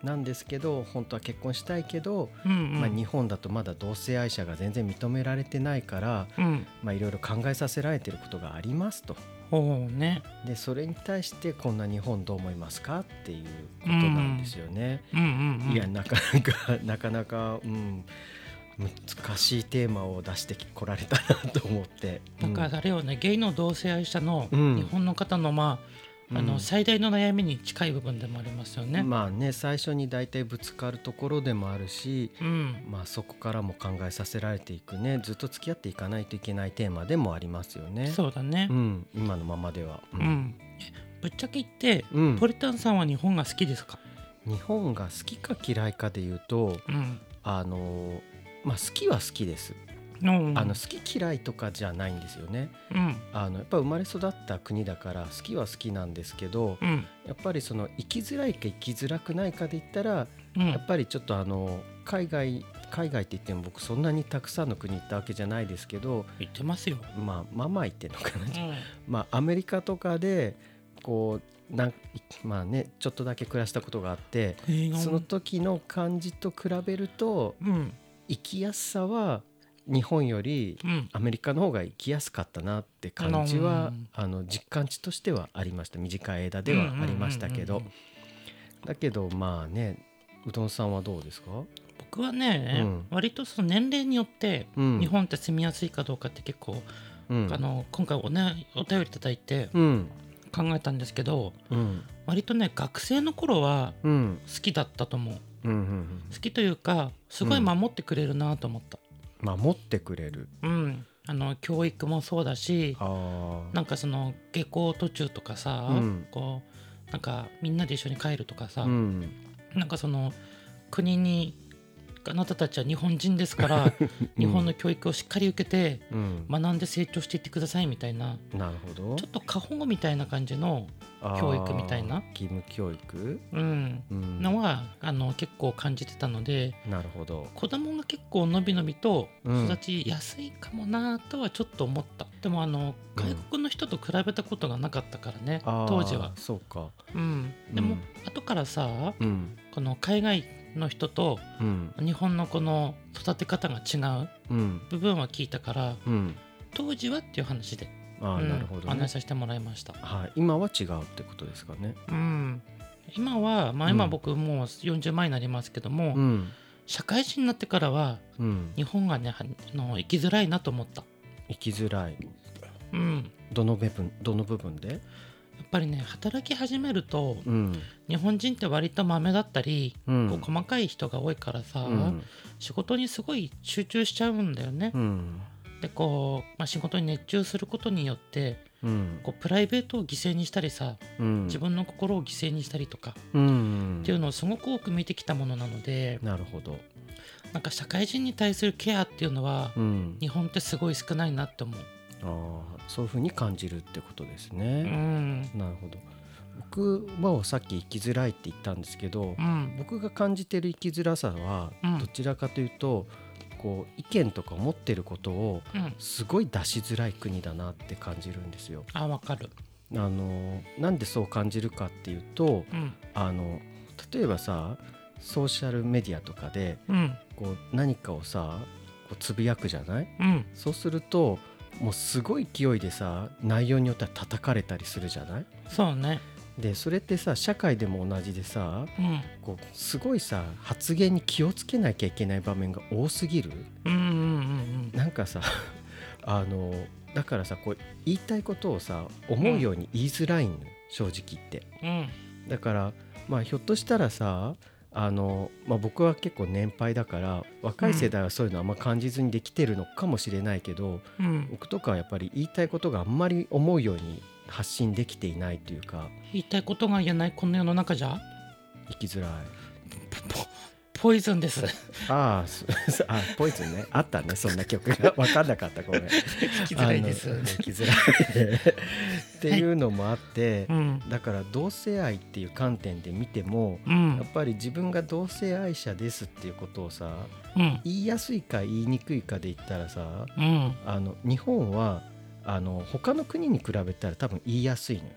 Speaker 1: なんですけど本当は結婚したいけど、
Speaker 2: うんうん、
Speaker 1: まあ、日本だとまだ同性愛者が全然認められてないから
Speaker 2: うん、
Speaker 1: まあいろいろ考えさせられてることがありますと
Speaker 2: ほうね、
Speaker 1: でそれに対してこんな日本どう思いますかっていうことなんですよね。
Speaker 2: うんうんうん、
Speaker 1: いやなかなか [laughs] なかなか、うん、難しいテーマを出してこられたなと思って。
Speaker 2: なん
Speaker 1: うん
Speaker 2: かあれよね、ゲイの同性愛者の
Speaker 1: うん
Speaker 2: 日本の方のまあ、あ
Speaker 1: うん
Speaker 2: の最大の悩みに近い部分でもありますよね。
Speaker 1: まあね最初に大体ぶつかるところでもあるし、
Speaker 2: うん、
Speaker 1: まあ、そこからも考えさせられていくねずっと付き合っていかないといけないテーマでもありますよね。
Speaker 2: そうだね。
Speaker 1: ん、今のままでは、う
Speaker 2: うん、ぶっちゃけ言って、
Speaker 1: うん
Speaker 2: ポリタンさんは日本が好きですか。
Speaker 1: 日本が好きか嫌いかで言うと
Speaker 2: うん、
Speaker 1: あのまあ好きは好きです、
Speaker 2: うん
Speaker 1: あの、好き嫌いとかじゃないんですよね
Speaker 2: うん、
Speaker 1: あのやっぱ生まれ育った国だから好きは好きなんですけど
Speaker 2: うん、
Speaker 1: やっぱりその生きづらいか生きづらくないかで言ったら
Speaker 2: うん、
Speaker 1: やっぱりちょっとあの海外海外って言っても僕そんなにたくさんの国行ったわけじゃないですけど、
Speaker 2: 言ってますよ。
Speaker 1: まあ、ママ行ってんのかな、
Speaker 2: うん、
Speaker 1: まあアメリカとかでこうなんまあねちょっとだけ暮らしたことがあって
Speaker 2: 映画
Speaker 1: その時の感じと比べると
Speaker 2: うん
Speaker 1: 生きやすさは日本より
Speaker 2: うん
Speaker 1: アメリカの方が生きやすかったなって感じは、
Speaker 2: うん
Speaker 1: あの実感値としてはありました短い枝ではありましたけど、
Speaker 2: うんうんうんうん
Speaker 1: だけどまあねうどんさんはどうですか、
Speaker 2: 僕はね、
Speaker 1: うん
Speaker 2: 割とその年齢によって
Speaker 1: うん、
Speaker 2: 日本って住みやすいかどうかって結構、
Speaker 1: うん
Speaker 2: あの今回お,、ね、お便りいただいて
Speaker 1: うん
Speaker 2: 考えたんですけど
Speaker 1: うん
Speaker 2: 割とね学生の頃は
Speaker 1: うん
Speaker 2: 好きだったと思う
Speaker 1: うんうん
Speaker 2: 好きというかすごい守ってくれるなと思った、
Speaker 1: 守ってくれる
Speaker 2: うんあの教育もそうだし
Speaker 1: ああ
Speaker 2: なんかその下校途中とかさ、
Speaker 1: うん
Speaker 2: こうなんかみんなで一緒に帰るとかさ、
Speaker 1: うん
Speaker 2: なんかその国にあなたたちは日本人ですから
Speaker 1: [laughs]
Speaker 2: 日本の教育をしっかり受けて
Speaker 1: うん
Speaker 2: 学んで成長していってくださいみたいな
Speaker 1: なるほど
Speaker 2: ちょっと過保護みたいな感じの、教育みたいな
Speaker 1: あー義務教育、
Speaker 2: うん、
Speaker 1: うん、
Speaker 2: のはあの結構感じてたので
Speaker 1: なるほど
Speaker 2: 子供が結構のびのびと
Speaker 1: うん
Speaker 2: 育ちやすいかもなとはちょっと思った、でもあの
Speaker 1: うん
Speaker 2: 外国の人と比べたことがなかったからね、
Speaker 1: あー
Speaker 2: 当時は、
Speaker 1: そうか
Speaker 2: うん、でも、
Speaker 1: うん
Speaker 2: 後からさ
Speaker 1: うん
Speaker 2: この海外の人と
Speaker 1: うん
Speaker 2: 日本のこの育て方が違う
Speaker 1: うん
Speaker 2: 部分は聞いたから
Speaker 1: うん
Speaker 2: 当時はっていう話で、
Speaker 1: ああ、
Speaker 2: うん
Speaker 1: なるほど、
Speaker 2: 案
Speaker 1: ね
Speaker 2: 内させてもらいました、
Speaker 1: はい、今は違うってことですかね。
Speaker 2: うん、今はまあ
Speaker 1: うん
Speaker 2: 今僕もう40前になりますけども、
Speaker 1: うん、
Speaker 2: 社会人になってからは
Speaker 1: うん、
Speaker 2: 日本がねはあの生きづらいなと思った、
Speaker 1: 生きづらい。
Speaker 2: うん、
Speaker 1: どの部分、どの部分で。
Speaker 2: やっぱりね働き始めると
Speaker 1: うん、
Speaker 2: 日本人って割とマメだったり、
Speaker 1: うん、
Speaker 2: こう細かい人が多いからさ、
Speaker 1: うん、
Speaker 2: 仕事にすごい集中しちゃうんだよね
Speaker 1: う、ん、
Speaker 2: でこう、まあ、仕事に熱中することによって
Speaker 1: うん、
Speaker 2: こうプライベートを犠牲にしたりさ
Speaker 1: うん、
Speaker 2: 自分の心を犠牲にしたりとか、
Speaker 1: うん、
Speaker 2: っていうのをすごく多く見てきたものなので
Speaker 1: なるほど。
Speaker 2: なんか社会人に対するケアっていうのは
Speaker 1: うん、
Speaker 2: 日本ってすごい少ないなって思う。
Speaker 1: ああ、そういうふうに感じるってことです
Speaker 2: う
Speaker 1: ね。
Speaker 2: ん
Speaker 1: なるほど。僕はさっき生きづらいって言ったんですけど
Speaker 2: う、ん
Speaker 1: 僕が感じてる生きづらさは
Speaker 2: うん
Speaker 1: どちらかというと、こう意見とか思ってることを
Speaker 2: うん
Speaker 1: すごい出しづらい国だなって感じるんですよ。
Speaker 2: あわかる。
Speaker 1: あのなんでそう感じるかっていうと
Speaker 2: うん
Speaker 1: あの例えばさソーシャルメディアとかで
Speaker 2: うん
Speaker 1: こう何かをさこうつぶやくじゃない
Speaker 2: うん
Speaker 1: そうするともうすごい勢いでさ内容によっては叩かれたりするじゃない
Speaker 2: そうね。
Speaker 1: でそれってさ社会でも同じでさ
Speaker 2: うん
Speaker 1: こうすごいさ発言に気をつけなきゃいけない場面が多すぎる
Speaker 2: うんうんうん
Speaker 1: なんかさ [laughs] あのだからさこう言いたいことをさ思うように言いづらいのよ、正直言って。
Speaker 2: うんうん
Speaker 1: だから、まあ、ひょっとしたらさあの、まあ、僕は結構年配だから若い世代はそういうのあんま感じずにできてるのかもしれないけど、
Speaker 2: うん
Speaker 1: 僕とかはやっぱり言いたいことがあんまり思うように発信できていないというか
Speaker 2: 言いたいことが言えないこの世の中じゃ
Speaker 1: 生きづらい
Speaker 2: ポポイズンです。
Speaker 1: ああすあポイズンねあったねそんな曲が分かんなかったごめん生
Speaker 2: [laughs] 聞きづらいです。
Speaker 1: 生きづらいっていうのもあって、
Speaker 2: うん
Speaker 1: だから同性愛っていう観点で見ても
Speaker 2: う
Speaker 1: やっ
Speaker 2: ん
Speaker 1: ぱり自分が同性愛者ですっていうことをさ
Speaker 2: うん
Speaker 1: 言いやすいか言いにくいかで言ったらさ
Speaker 2: うん
Speaker 1: あの日本はあの他の国に比べたら多分言いやすいのよ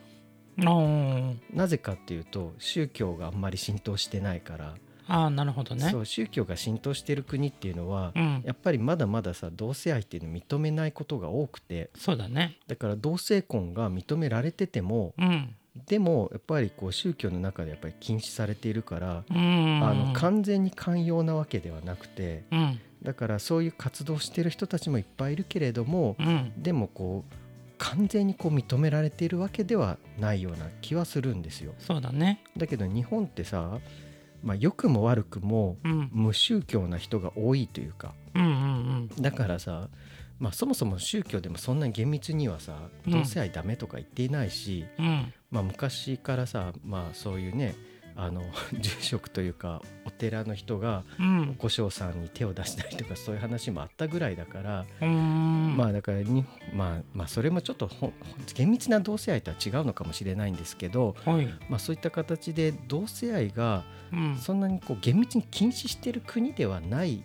Speaker 2: うん
Speaker 1: なぜかっていうと宗教があんまり浸透してないから、
Speaker 2: ああなるほどね
Speaker 1: そ。う宗教が浸透してる国っていうのは、
Speaker 2: うん
Speaker 1: やっぱりまだまださ同性愛っていうのを認めないことが多くて
Speaker 2: そうだね。
Speaker 1: だから同性婚が認められてても
Speaker 2: うん
Speaker 1: でもやっぱりこう宗教の中でやっぱり禁止されているから、
Speaker 2: うん
Speaker 1: あの完全に寛容なわけではなくて
Speaker 2: うん
Speaker 1: だからそういう活動してる人たちもいっぱいいるけれども、
Speaker 2: うん
Speaker 1: でもこう完全にこう認められているわけではないような気はするんですよ。
Speaker 2: そうだね。
Speaker 1: だけど日本ってさ、まあ、良くも悪くも
Speaker 2: うん
Speaker 1: 無宗教な人が多いというか
Speaker 2: うんうん
Speaker 1: だからさ、まあ、そもそも宗教でもそんなに厳密にはさ
Speaker 2: うん
Speaker 1: 同性愛ダメとか言っていないし、
Speaker 2: うんうん
Speaker 1: まあ、昔からさ、まあ、そういうねあの [laughs] 住職というかお寺の人が
Speaker 2: うん
Speaker 1: お小さんに手を出したりとかそういう話もあったぐらいだから、
Speaker 2: うん
Speaker 1: まあだからに、まあ、まあそれもちょっとほんほん厳密な同性愛とは違うのかもしれないんですけど、
Speaker 2: はい、
Speaker 1: まあ、そういった形で同性愛が
Speaker 2: うん、
Speaker 1: そんなにこう厳密に禁止してる国ではない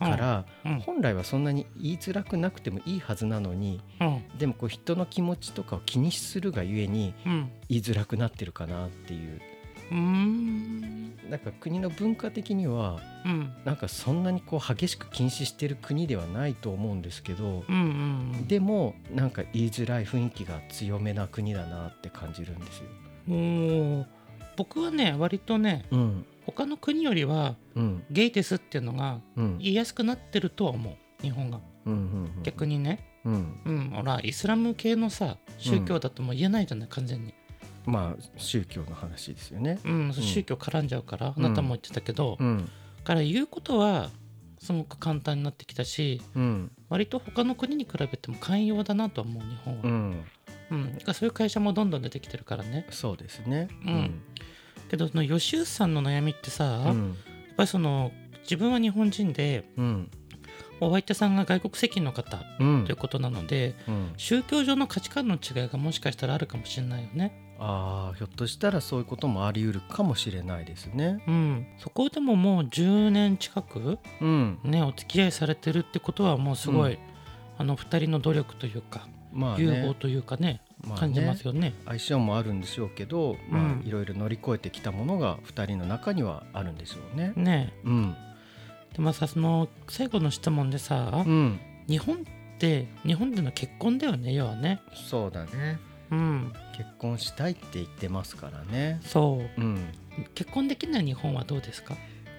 Speaker 1: から、
Speaker 2: うん
Speaker 1: 本来はそんなに言いづらくなくてもいいはずなのに
Speaker 2: うん
Speaker 1: でもこう人の気持ちとかを気にするがゆえに
Speaker 2: うん
Speaker 1: 言いづらくなってるかなっていう
Speaker 2: うーん
Speaker 1: なんか国の文化的には
Speaker 2: うん
Speaker 1: なんかそんなにこう激しく禁止してる国ではないと思うんですけど
Speaker 2: うんうん
Speaker 1: でもなんか言いづらい雰囲気が強めな国だなって感じるんですよ。
Speaker 2: うんおー僕はね割とね
Speaker 1: うん
Speaker 2: 他の国よりは
Speaker 1: うん
Speaker 2: ゲイですっていうのが
Speaker 1: うん
Speaker 2: 言いやすくなってるとは思う日本が
Speaker 1: うんうん
Speaker 2: 逆にね
Speaker 1: うんうん
Speaker 2: うんほらイスラム系のさ宗教だともう言えないじゃない完全に
Speaker 1: まあ宗教の話ですよね。
Speaker 2: うん宗教絡んじゃうからあなたも言ってたけど
Speaker 1: うん
Speaker 2: から言うことはすごく簡単になってきたし
Speaker 1: うん
Speaker 2: 割と他の国に比べても寛容だなとは思う日本
Speaker 1: う
Speaker 2: は、
Speaker 1: ん
Speaker 2: うんだからそういう会社もどんどん出てきてるからね
Speaker 1: そうですね。
Speaker 2: うんけどその吉内さんの悩みってさ、
Speaker 1: う
Speaker 2: やっ
Speaker 1: ん
Speaker 2: ぱりその自分は日本人で
Speaker 1: うん
Speaker 2: お相手さんが外国籍の方
Speaker 1: うん
Speaker 2: ということなので、
Speaker 1: うん
Speaker 2: 宗教上の価値観の違いがもしかしたらあるかもしれないよね。
Speaker 1: ああひょっとしたらそういうこともあり得るかもしれないですね。
Speaker 2: うん、そこでももう10年近く、
Speaker 1: うん
Speaker 2: ね、お付き合いされてるってことはもうすごい、
Speaker 1: う
Speaker 2: あの2人の努力というか、
Speaker 1: まあ
Speaker 2: 融合
Speaker 1: ね
Speaker 2: というかね
Speaker 1: まあ
Speaker 2: 感じま
Speaker 1: ね
Speaker 2: すよね。
Speaker 1: 相性もあるんでしょうけど、ま
Speaker 2: うん
Speaker 1: あいろいろ乗り越えてきたものが2人の中にはあるんでしょうね。
Speaker 2: ね
Speaker 1: うん、
Speaker 2: でまあさその最後の質問でさ、
Speaker 1: うん、
Speaker 2: 日本って日本での結婚だよね要はね。
Speaker 1: そうだね。
Speaker 2: うん、
Speaker 1: 結婚したいって言ってますからね。
Speaker 2: そう
Speaker 1: うん、
Speaker 2: 結婚できない日本はどうですか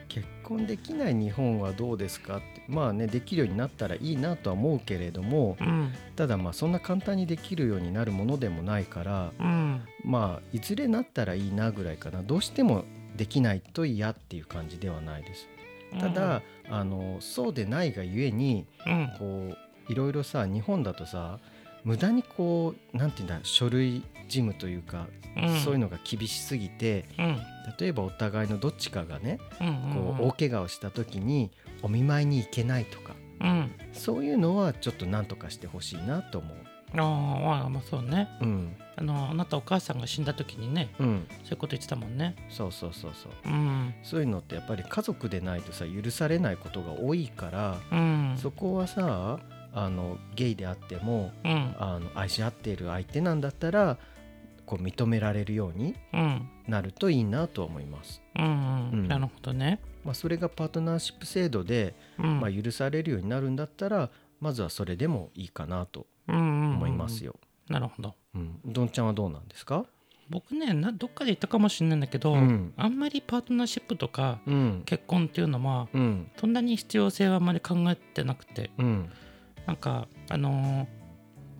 Speaker 1: 結婚できない日本はどうですかってまあねできるようになったらいいなとは思うけれども
Speaker 2: うん
Speaker 1: ただまあそんな簡単にできるようになるものでもないから
Speaker 2: うん
Speaker 1: まあいずれなったらいいなぐらいかなどうしてもできないと嫌っていう感じではないです。ただ、あのそうでないがゆえに
Speaker 2: うん
Speaker 1: こういろいろさ日本だとさ無駄にこうなんていうんだ書類事務というか、
Speaker 2: うん
Speaker 1: そういうのが厳しすぎて
Speaker 2: うん
Speaker 1: 例えばお互いのどっちかがね
Speaker 2: うん
Speaker 1: こう大怪我をした時にお見舞いに行けないとか
Speaker 2: うん
Speaker 1: そういうのはちょっとなんとかしてほしいなと思う。
Speaker 2: ああまあそうね
Speaker 1: うん
Speaker 2: あのあなたお母さんが死んだ時にね
Speaker 1: うん、
Speaker 2: そういうこと言ってたもんね
Speaker 1: そうそうそうそう
Speaker 2: うん
Speaker 1: そういうのってやっぱり家族でないとさ許されないことが多いから、
Speaker 2: うん
Speaker 1: そこはさあのゲイであっても
Speaker 2: うん
Speaker 1: あの愛し合っている相手なんだったらこう認められるように
Speaker 2: うん
Speaker 1: なるといいなとは思います。
Speaker 2: うんう
Speaker 1: うん
Speaker 2: んなるほどね
Speaker 1: まあ、それがパートナーシップ制度で、
Speaker 2: うん
Speaker 1: まあ、許されるようになるんだったらまずはそれでもいいかなと
Speaker 2: 思
Speaker 1: 思いますよ。
Speaker 2: なるほど
Speaker 1: うん、どんちゃんはどうなんですか、
Speaker 2: 僕ねなどっかで言ったかもしれないんだけど
Speaker 1: うん
Speaker 2: あんまりパートナーシップとか
Speaker 1: うん
Speaker 2: 結婚っていうのは
Speaker 1: うん
Speaker 2: そんなに必要性はあんまり考えてなくて
Speaker 1: うん
Speaker 2: なんかあのー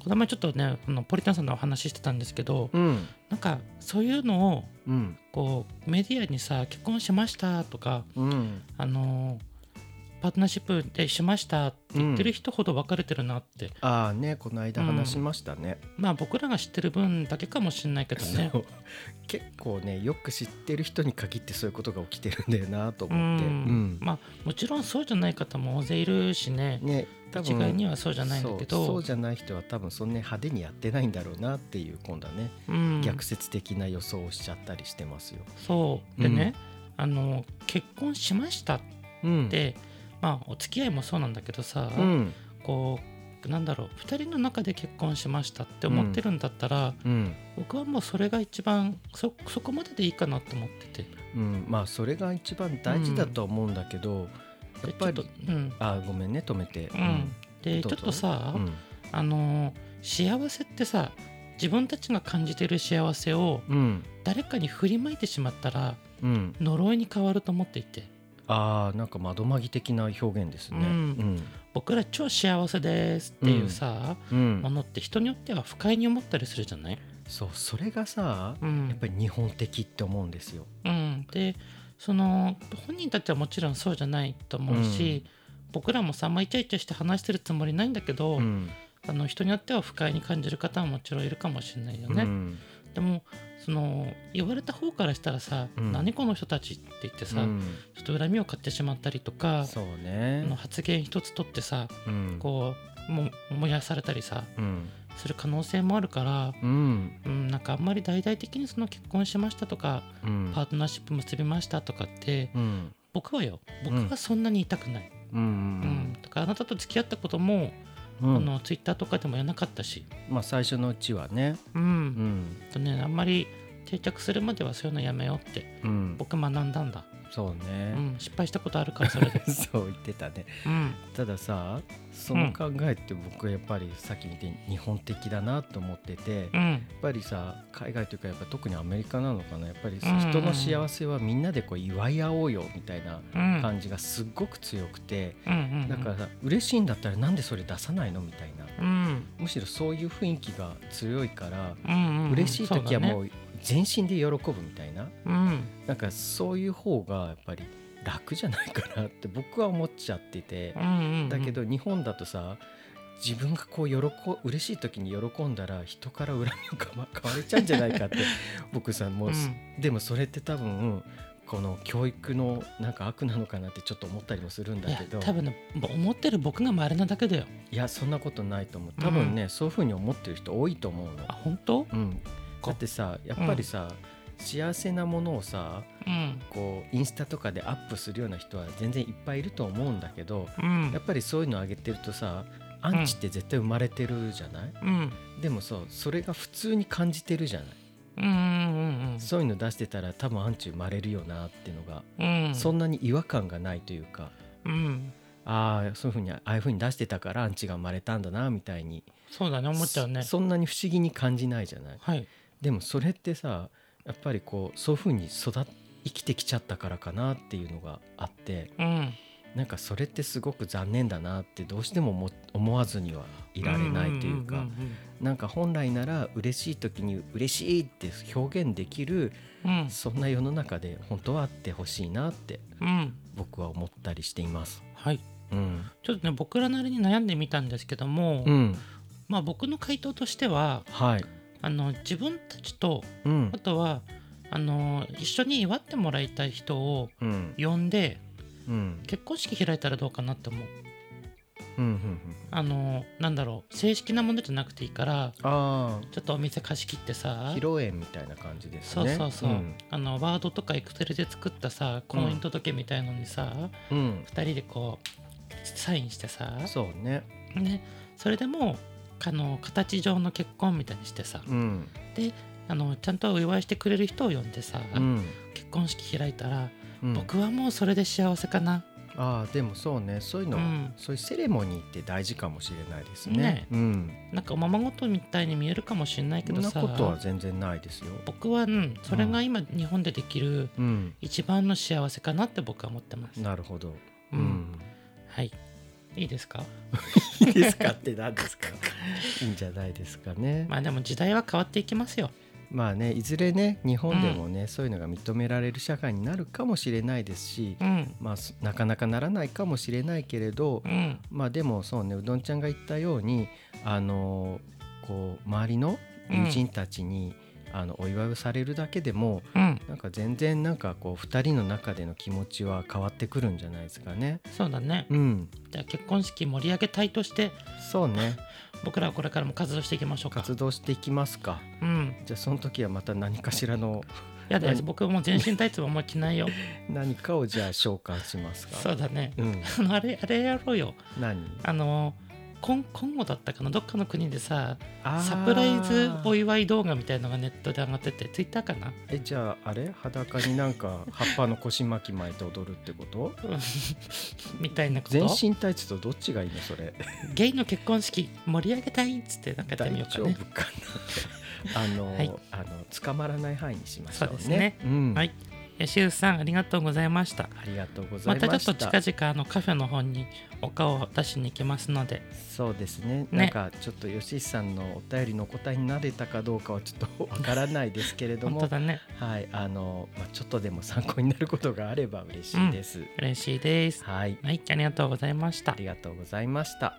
Speaker 2: この前ちょっとねあのポリタンさんのお話ししてたんですけど
Speaker 1: うん
Speaker 2: なんかそういうのを
Speaker 1: うん
Speaker 2: こうメディアにさ結婚しましたとか
Speaker 1: うん
Speaker 2: あのーパートナーシップでしましたって言ってる人ほど別れてるなって、
Speaker 1: ああねこの間話しましたね。
Speaker 2: まあ僕らが知ってる分だけかもしれないけどね
Speaker 1: そう結構ねよく知ってる人に限ってそういうことが起きてるんだよなと
Speaker 2: う
Speaker 1: 思って。
Speaker 2: んまあもちろんそうじゃない方も大勢いるしね
Speaker 1: ね多
Speaker 2: 一
Speaker 1: 分
Speaker 2: 概にはそうじゃないんだけ
Speaker 1: そうそ
Speaker 2: ど
Speaker 1: うじゃない人は多分そんなに派手にやってないんだろうなっていう今度はね、
Speaker 2: うん
Speaker 1: 逆説的な予想をしちゃったりしてますよ。
Speaker 2: そうでね、あの結婚しましたっ
Speaker 1: うん
Speaker 2: て、まあお付き合いもそうなんだけどさ、
Speaker 1: うん
Speaker 2: こうなんだろう2人の中で結婚しましたって思ってるんだったら、
Speaker 1: うん
Speaker 2: 僕はもうそれが一番そそこまででいいかなと思ってて
Speaker 1: うん、まあそれが一番大事だとは思うんだけど、やっぱ
Speaker 2: でちょ
Speaker 1: り
Speaker 2: っとうん
Speaker 1: あごめんね止めて。う
Speaker 2: うん、でち
Speaker 1: どう
Speaker 2: ょ
Speaker 1: ぞ
Speaker 2: っとさ、
Speaker 1: うん
Speaker 2: あの幸せってさ自分たちが感じている幸せを
Speaker 1: うん
Speaker 2: 誰かに振りまいてしまったら
Speaker 1: うん、
Speaker 2: 呪いに変わると思っていて
Speaker 1: あーなんか窓まぎ的な表現ですね。
Speaker 2: うん僕ら超幸せですっていうさ、
Speaker 1: うんうん
Speaker 2: ものって人によっては不快に思ったりするじゃない、
Speaker 1: そうそれがさ、
Speaker 2: うん
Speaker 1: やっぱり日本的って思うんですよ。
Speaker 2: うん、でその本人たちはもちろんそうじゃないと思うし、僕らもさあんまイチャイチャして話してるつもりないんだけど、
Speaker 1: うん
Speaker 2: あの人によっては不快に感じる方はもちろんいるかもしれないよ
Speaker 1: う
Speaker 2: ね、
Speaker 1: ん
Speaker 2: でもその言われた方からしたらさ「
Speaker 1: うん
Speaker 2: 何この人たち」って言ってさ、
Speaker 1: うん
Speaker 2: ちょっと恨みを買ってしまったりとか、
Speaker 1: そう
Speaker 2: あの
Speaker 1: ね。
Speaker 2: 発言一つとってさ
Speaker 1: うん
Speaker 2: こうも燃やされたりさ
Speaker 1: うん
Speaker 2: する可能性もあるから、
Speaker 1: うん
Speaker 2: うん、なんかあんまり大々的にその結婚しましたとか
Speaker 1: うん
Speaker 2: パートナーシップ結びましたとかって
Speaker 1: うん
Speaker 2: 僕はよ
Speaker 1: うん
Speaker 2: 僕はそんなに痛くない、
Speaker 1: うん
Speaker 2: うんだからあなたと付き合ったことも、
Speaker 1: うん
Speaker 2: あのツイッターとかでもやらなかったし、
Speaker 1: まあ最初のうちはね
Speaker 2: うん
Speaker 1: うん
Speaker 2: あとね、あんまり定着するまではそういうのやめようって
Speaker 1: うん
Speaker 2: 僕学んだんだ、
Speaker 1: そう
Speaker 2: う
Speaker 1: ね、
Speaker 2: ん、失敗したことあるからそれ
Speaker 1: [laughs]
Speaker 2: で
Speaker 1: そう言ってたね
Speaker 2: うん
Speaker 1: たださその考えって僕はやっぱりさっき見て日本的だなと思ってて、
Speaker 2: う
Speaker 1: やっ
Speaker 2: ん
Speaker 1: ぱりさ海外というかやっぱ特にアメリカなのかなやっぱりさ
Speaker 2: うん
Speaker 1: 人の幸せはみんなでこう祝い合おうよみたいな
Speaker 2: うん
Speaker 1: 感じがすっごく強くて、
Speaker 2: うんうんうん
Speaker 1: だからさ嬉しいんだったらなんでそれ出さないのみたいな
Speaker 2: うん
Speaker 1: むしろそういう雰囲気が強いから、
Speaker 2: うんうん
Speaker 1: 嬉しい時はも
Speaker 2: う
Speaker 1: う全身で喜ぶみたいな、
Speaker 2: そうだね
Speaker 1: なんかそういう方がやっぱり楽じゃないかなって僕は思っちゃってて
Speaker 2: う、んうんうんうん
Speaker 1: だけど日本だとさ自分がこう喜嬉しい時に喜んだら人から恨みをかま買われちゃうんじゃない
Speaker 2: [laughs]
Speaker 1: かって僕さもう、
Speaker 2: うん
Speaker 1: でもそれって多分この教育のなんか悪なのかなってちょっと思ったりもするん
Speaker 2: い
Speaker 1: だ
Speaker 2: や
Speaker 1: けど
Speaker 2: 多分ねもう思ってる僕が稀なだけだよ
Speaker 1: いやそんなことないと思う多分ね、そういうふうに思ってる人多いと思うの
Speaker 2: あ。本当
Speaker 1: うん、
Speaker 2: こ
Speaker 1: だってさやっぱりさ、幸せなものをさ
Speaker 2: うん
Speaker 1: こうインスタとかでアップするような人は全然いっぱいいると思うんだけど
Speaker 2: うん
Speaker 1: やっぱりそういうの上げてるとさアンチって絶対生まれてるじゃない、
Speaker 2: うん
Speaker 1: でもそうそれが普通に感じてるじゃない、
Speaker 2: うんうん
Speaker 1: そういうの出してたら多分アンチ生まれるよなっていうのが、
Speaker 2: うんうん
Speaker 1: そんなに違和感がないというか
Speaker 2: うん
Speaker 1: ああそういうふうにああいうふうに出してたからアンチが生まれたんだなみたいに
Speaker 2: そうだね思っちゃうね
Speaker 1: そそんなに不思議に感じないじゃない
Speaker 2: はい
Speaker 1: でもそれってさやっぱりこうそういうふうに育っ生きてきちゃったからかなっていうのがあって
Speaker 2: うん
Speaker 1: なんかそれってすごく残念だなってどうしても思思わずにはいられないというか、
Speaker 2: んん
Speaker 1: なんか本来なら嬉しい時に嬉しいって表現できる
Speaker 2: うんうん
Speaker 1: そんな世の中で本当はあってほしいなって
Speaker 2: うんうん
Speaker 1: 僕は思ったりしています。
Speaker 2: はい
Speaker 1: うん、
Speaker 2: ちょっとね僕らなりに悩んでみたんですけども、
Speaker 1: うん、
Speaker 2: まあ僕の回答としては
Speaker 1: はい、
Speaker 2: あの自分たちと
Speaker 1: うん
Speaker 2: あ、とはあの一緒に祝ってもらいたい人を
Speaker 1: うん、
Speaker 2: 呼んで
Speaker 1: うん、
Speaker 2: 結婚式開いたらどうかなって思う
Speaker 1: うん、うん、
Speaker 2: あのなんだろう正式なものじゃなくていいから
Speaker 1: あ
Speaker 2: ちょっとお店貸し切って
Speaker 1: あ、
Speaker 2: さ
Speaker 1: 披露宴みたいな感じです
Speaker 2: そう
Speaker 1: ね。
Speaker 2: そうそう、
Speaker 1: ん
Speaker 2: あのワードとかエクセルで作ったさ婚姻届みたいのにさ、
Speaker 1: うん、
Speaker 2: 2人でこうサインしてさ
Speaker 1: そうね。
Speaker 2: ね、それでもあの形上の結婚みたいにしてさ、
Speaker 1: うん、
Speaker 2: あのちゃんとお祝いしてくれる人を呼んでさ、
Speaker 1: うん、
Speaker 2: 結婚式開いたら、
Speaker 1: うん、
Speaker 2: 僕はもうそれで幸せかな、
Speaker 1: ああ、でもそうね、そういうの、
Speaker 2: うん
Speaker 1: そういうセレモニーって大事かもしれないですね。
Speaker 2: ね
Speaker 1: うん、
Speaker 2: なんかおままごとみたいに見えるかもしれないけ
Speaker 1: そん
Speaker 2: ど
Speaker 1: な
Speaker 2: さ
Speaker 1: ことは全然ないですよ。
Speaker 2: 僕は、うん、それが今日本でできる
Speaker 1: うん、
Speaker 2: 一番の幸せかなって僕は思ってます。
Speaker 1: なるほど。
Speaker 2: う
Speaker 1: うんん、
Speaker 2: はいいいですか
Speaker 1: いいですかって何です
Speaker 2: [laughs]
Speaker 1: かいいんじゃないですかね。
Speaker 2: まあでも時代は変わっていきますよ。
Speaker 1: まあねいずれね日本でもね、そういうのが認められる社会になるかもしれないですし、
Speaker 2: うん
Speaker 1: まあそなかなかならないかもしれないけれど、
Speaker 2: うん
Speaker 1: まあでもそうねうどんちゃんが言ったようにあのこう周りの友人たちに、あのお祝いをされるだけでも
Speaker 2: うん
Speaker 1: なんか全然なんかこう2人の中での気持ちは変わってくるんじゃないですかね。
Speaker 2: そうだね
Speaker 1: うん、
Speaker 2: じゃあ結婚式盛り上げ隊として
Speaker 1: そうね
Speaker 2: 僕らはこれからも活動していきましょうか。
Speaker 1: 活動していきますか。
Speaker 2: うん
Speaker 1: じゃあその時はまた何かしらの
Speaker 2: やだよ
Speaker 1: 何
Speaker 2: 僕もう全身タイツももう
Speaker 1: [laughs]
Speaker 2: 着ないよ。
Speaker 1: 何かをじゃあ召喚しますか。
Speaker 2: そうだね。
Speaker 1: うん、
Speaker 2: あのあれあれやろうよ。
Speaker 1: 何
Speaker 2: あの今今後だったかなどっかの国でさ
Speaker 1: あー
Speaker 2: サプライズお祝い動画みたいのがネットで上がっててツイッターかな
Speaker 1: えじゃああれ裸になんか葉っぱの腰巻き巻いて踊るってこと
Speaker 2: みたいなこと
Speaker 1: 全身タイツとどっちがいいのそれ
Speaker 2: ゲイの結婚式盛り上げたいっつってなんかやって
Speaker 1: 大
Speaker 2: みようか
Speaker 1: 丈夫
Speaker 2: ね。
Speaker 1: か
Speaker 2: [laughs]
Speaker 1: なあの、
Speaker 2: はい
Speaker 1: あの捕まらない範囲にしましょうね
Speaker 2: そうですね
Speaker 1: うん
Speaker 2: はいえしゅうさんありがとうございました。
Speaker 1: ありがとうござ
Speaker 2: ま
Speaker 1: いました
Speaker 2: たちょっと近々あのカフェの方にお顔を出しに行きますので
Speaker 1: そうですね
Speaker 2: ね
Speaker 1: なんかちょっと吉井さんのお便りの答えになれたかどうかはちょっとわからないですけれど
Speaker 2: 本
Speaker 1: も
Speaker 2: 当だね
Speaker 1: はいあの、まあ、ちょっとでも参考になることがあれば嬉しいです、
Speaker 2: 嬉しいです。
Speaker 1: はい
Speaker 2: はいありがとうございました
Speaker 1: あ。りがとうございました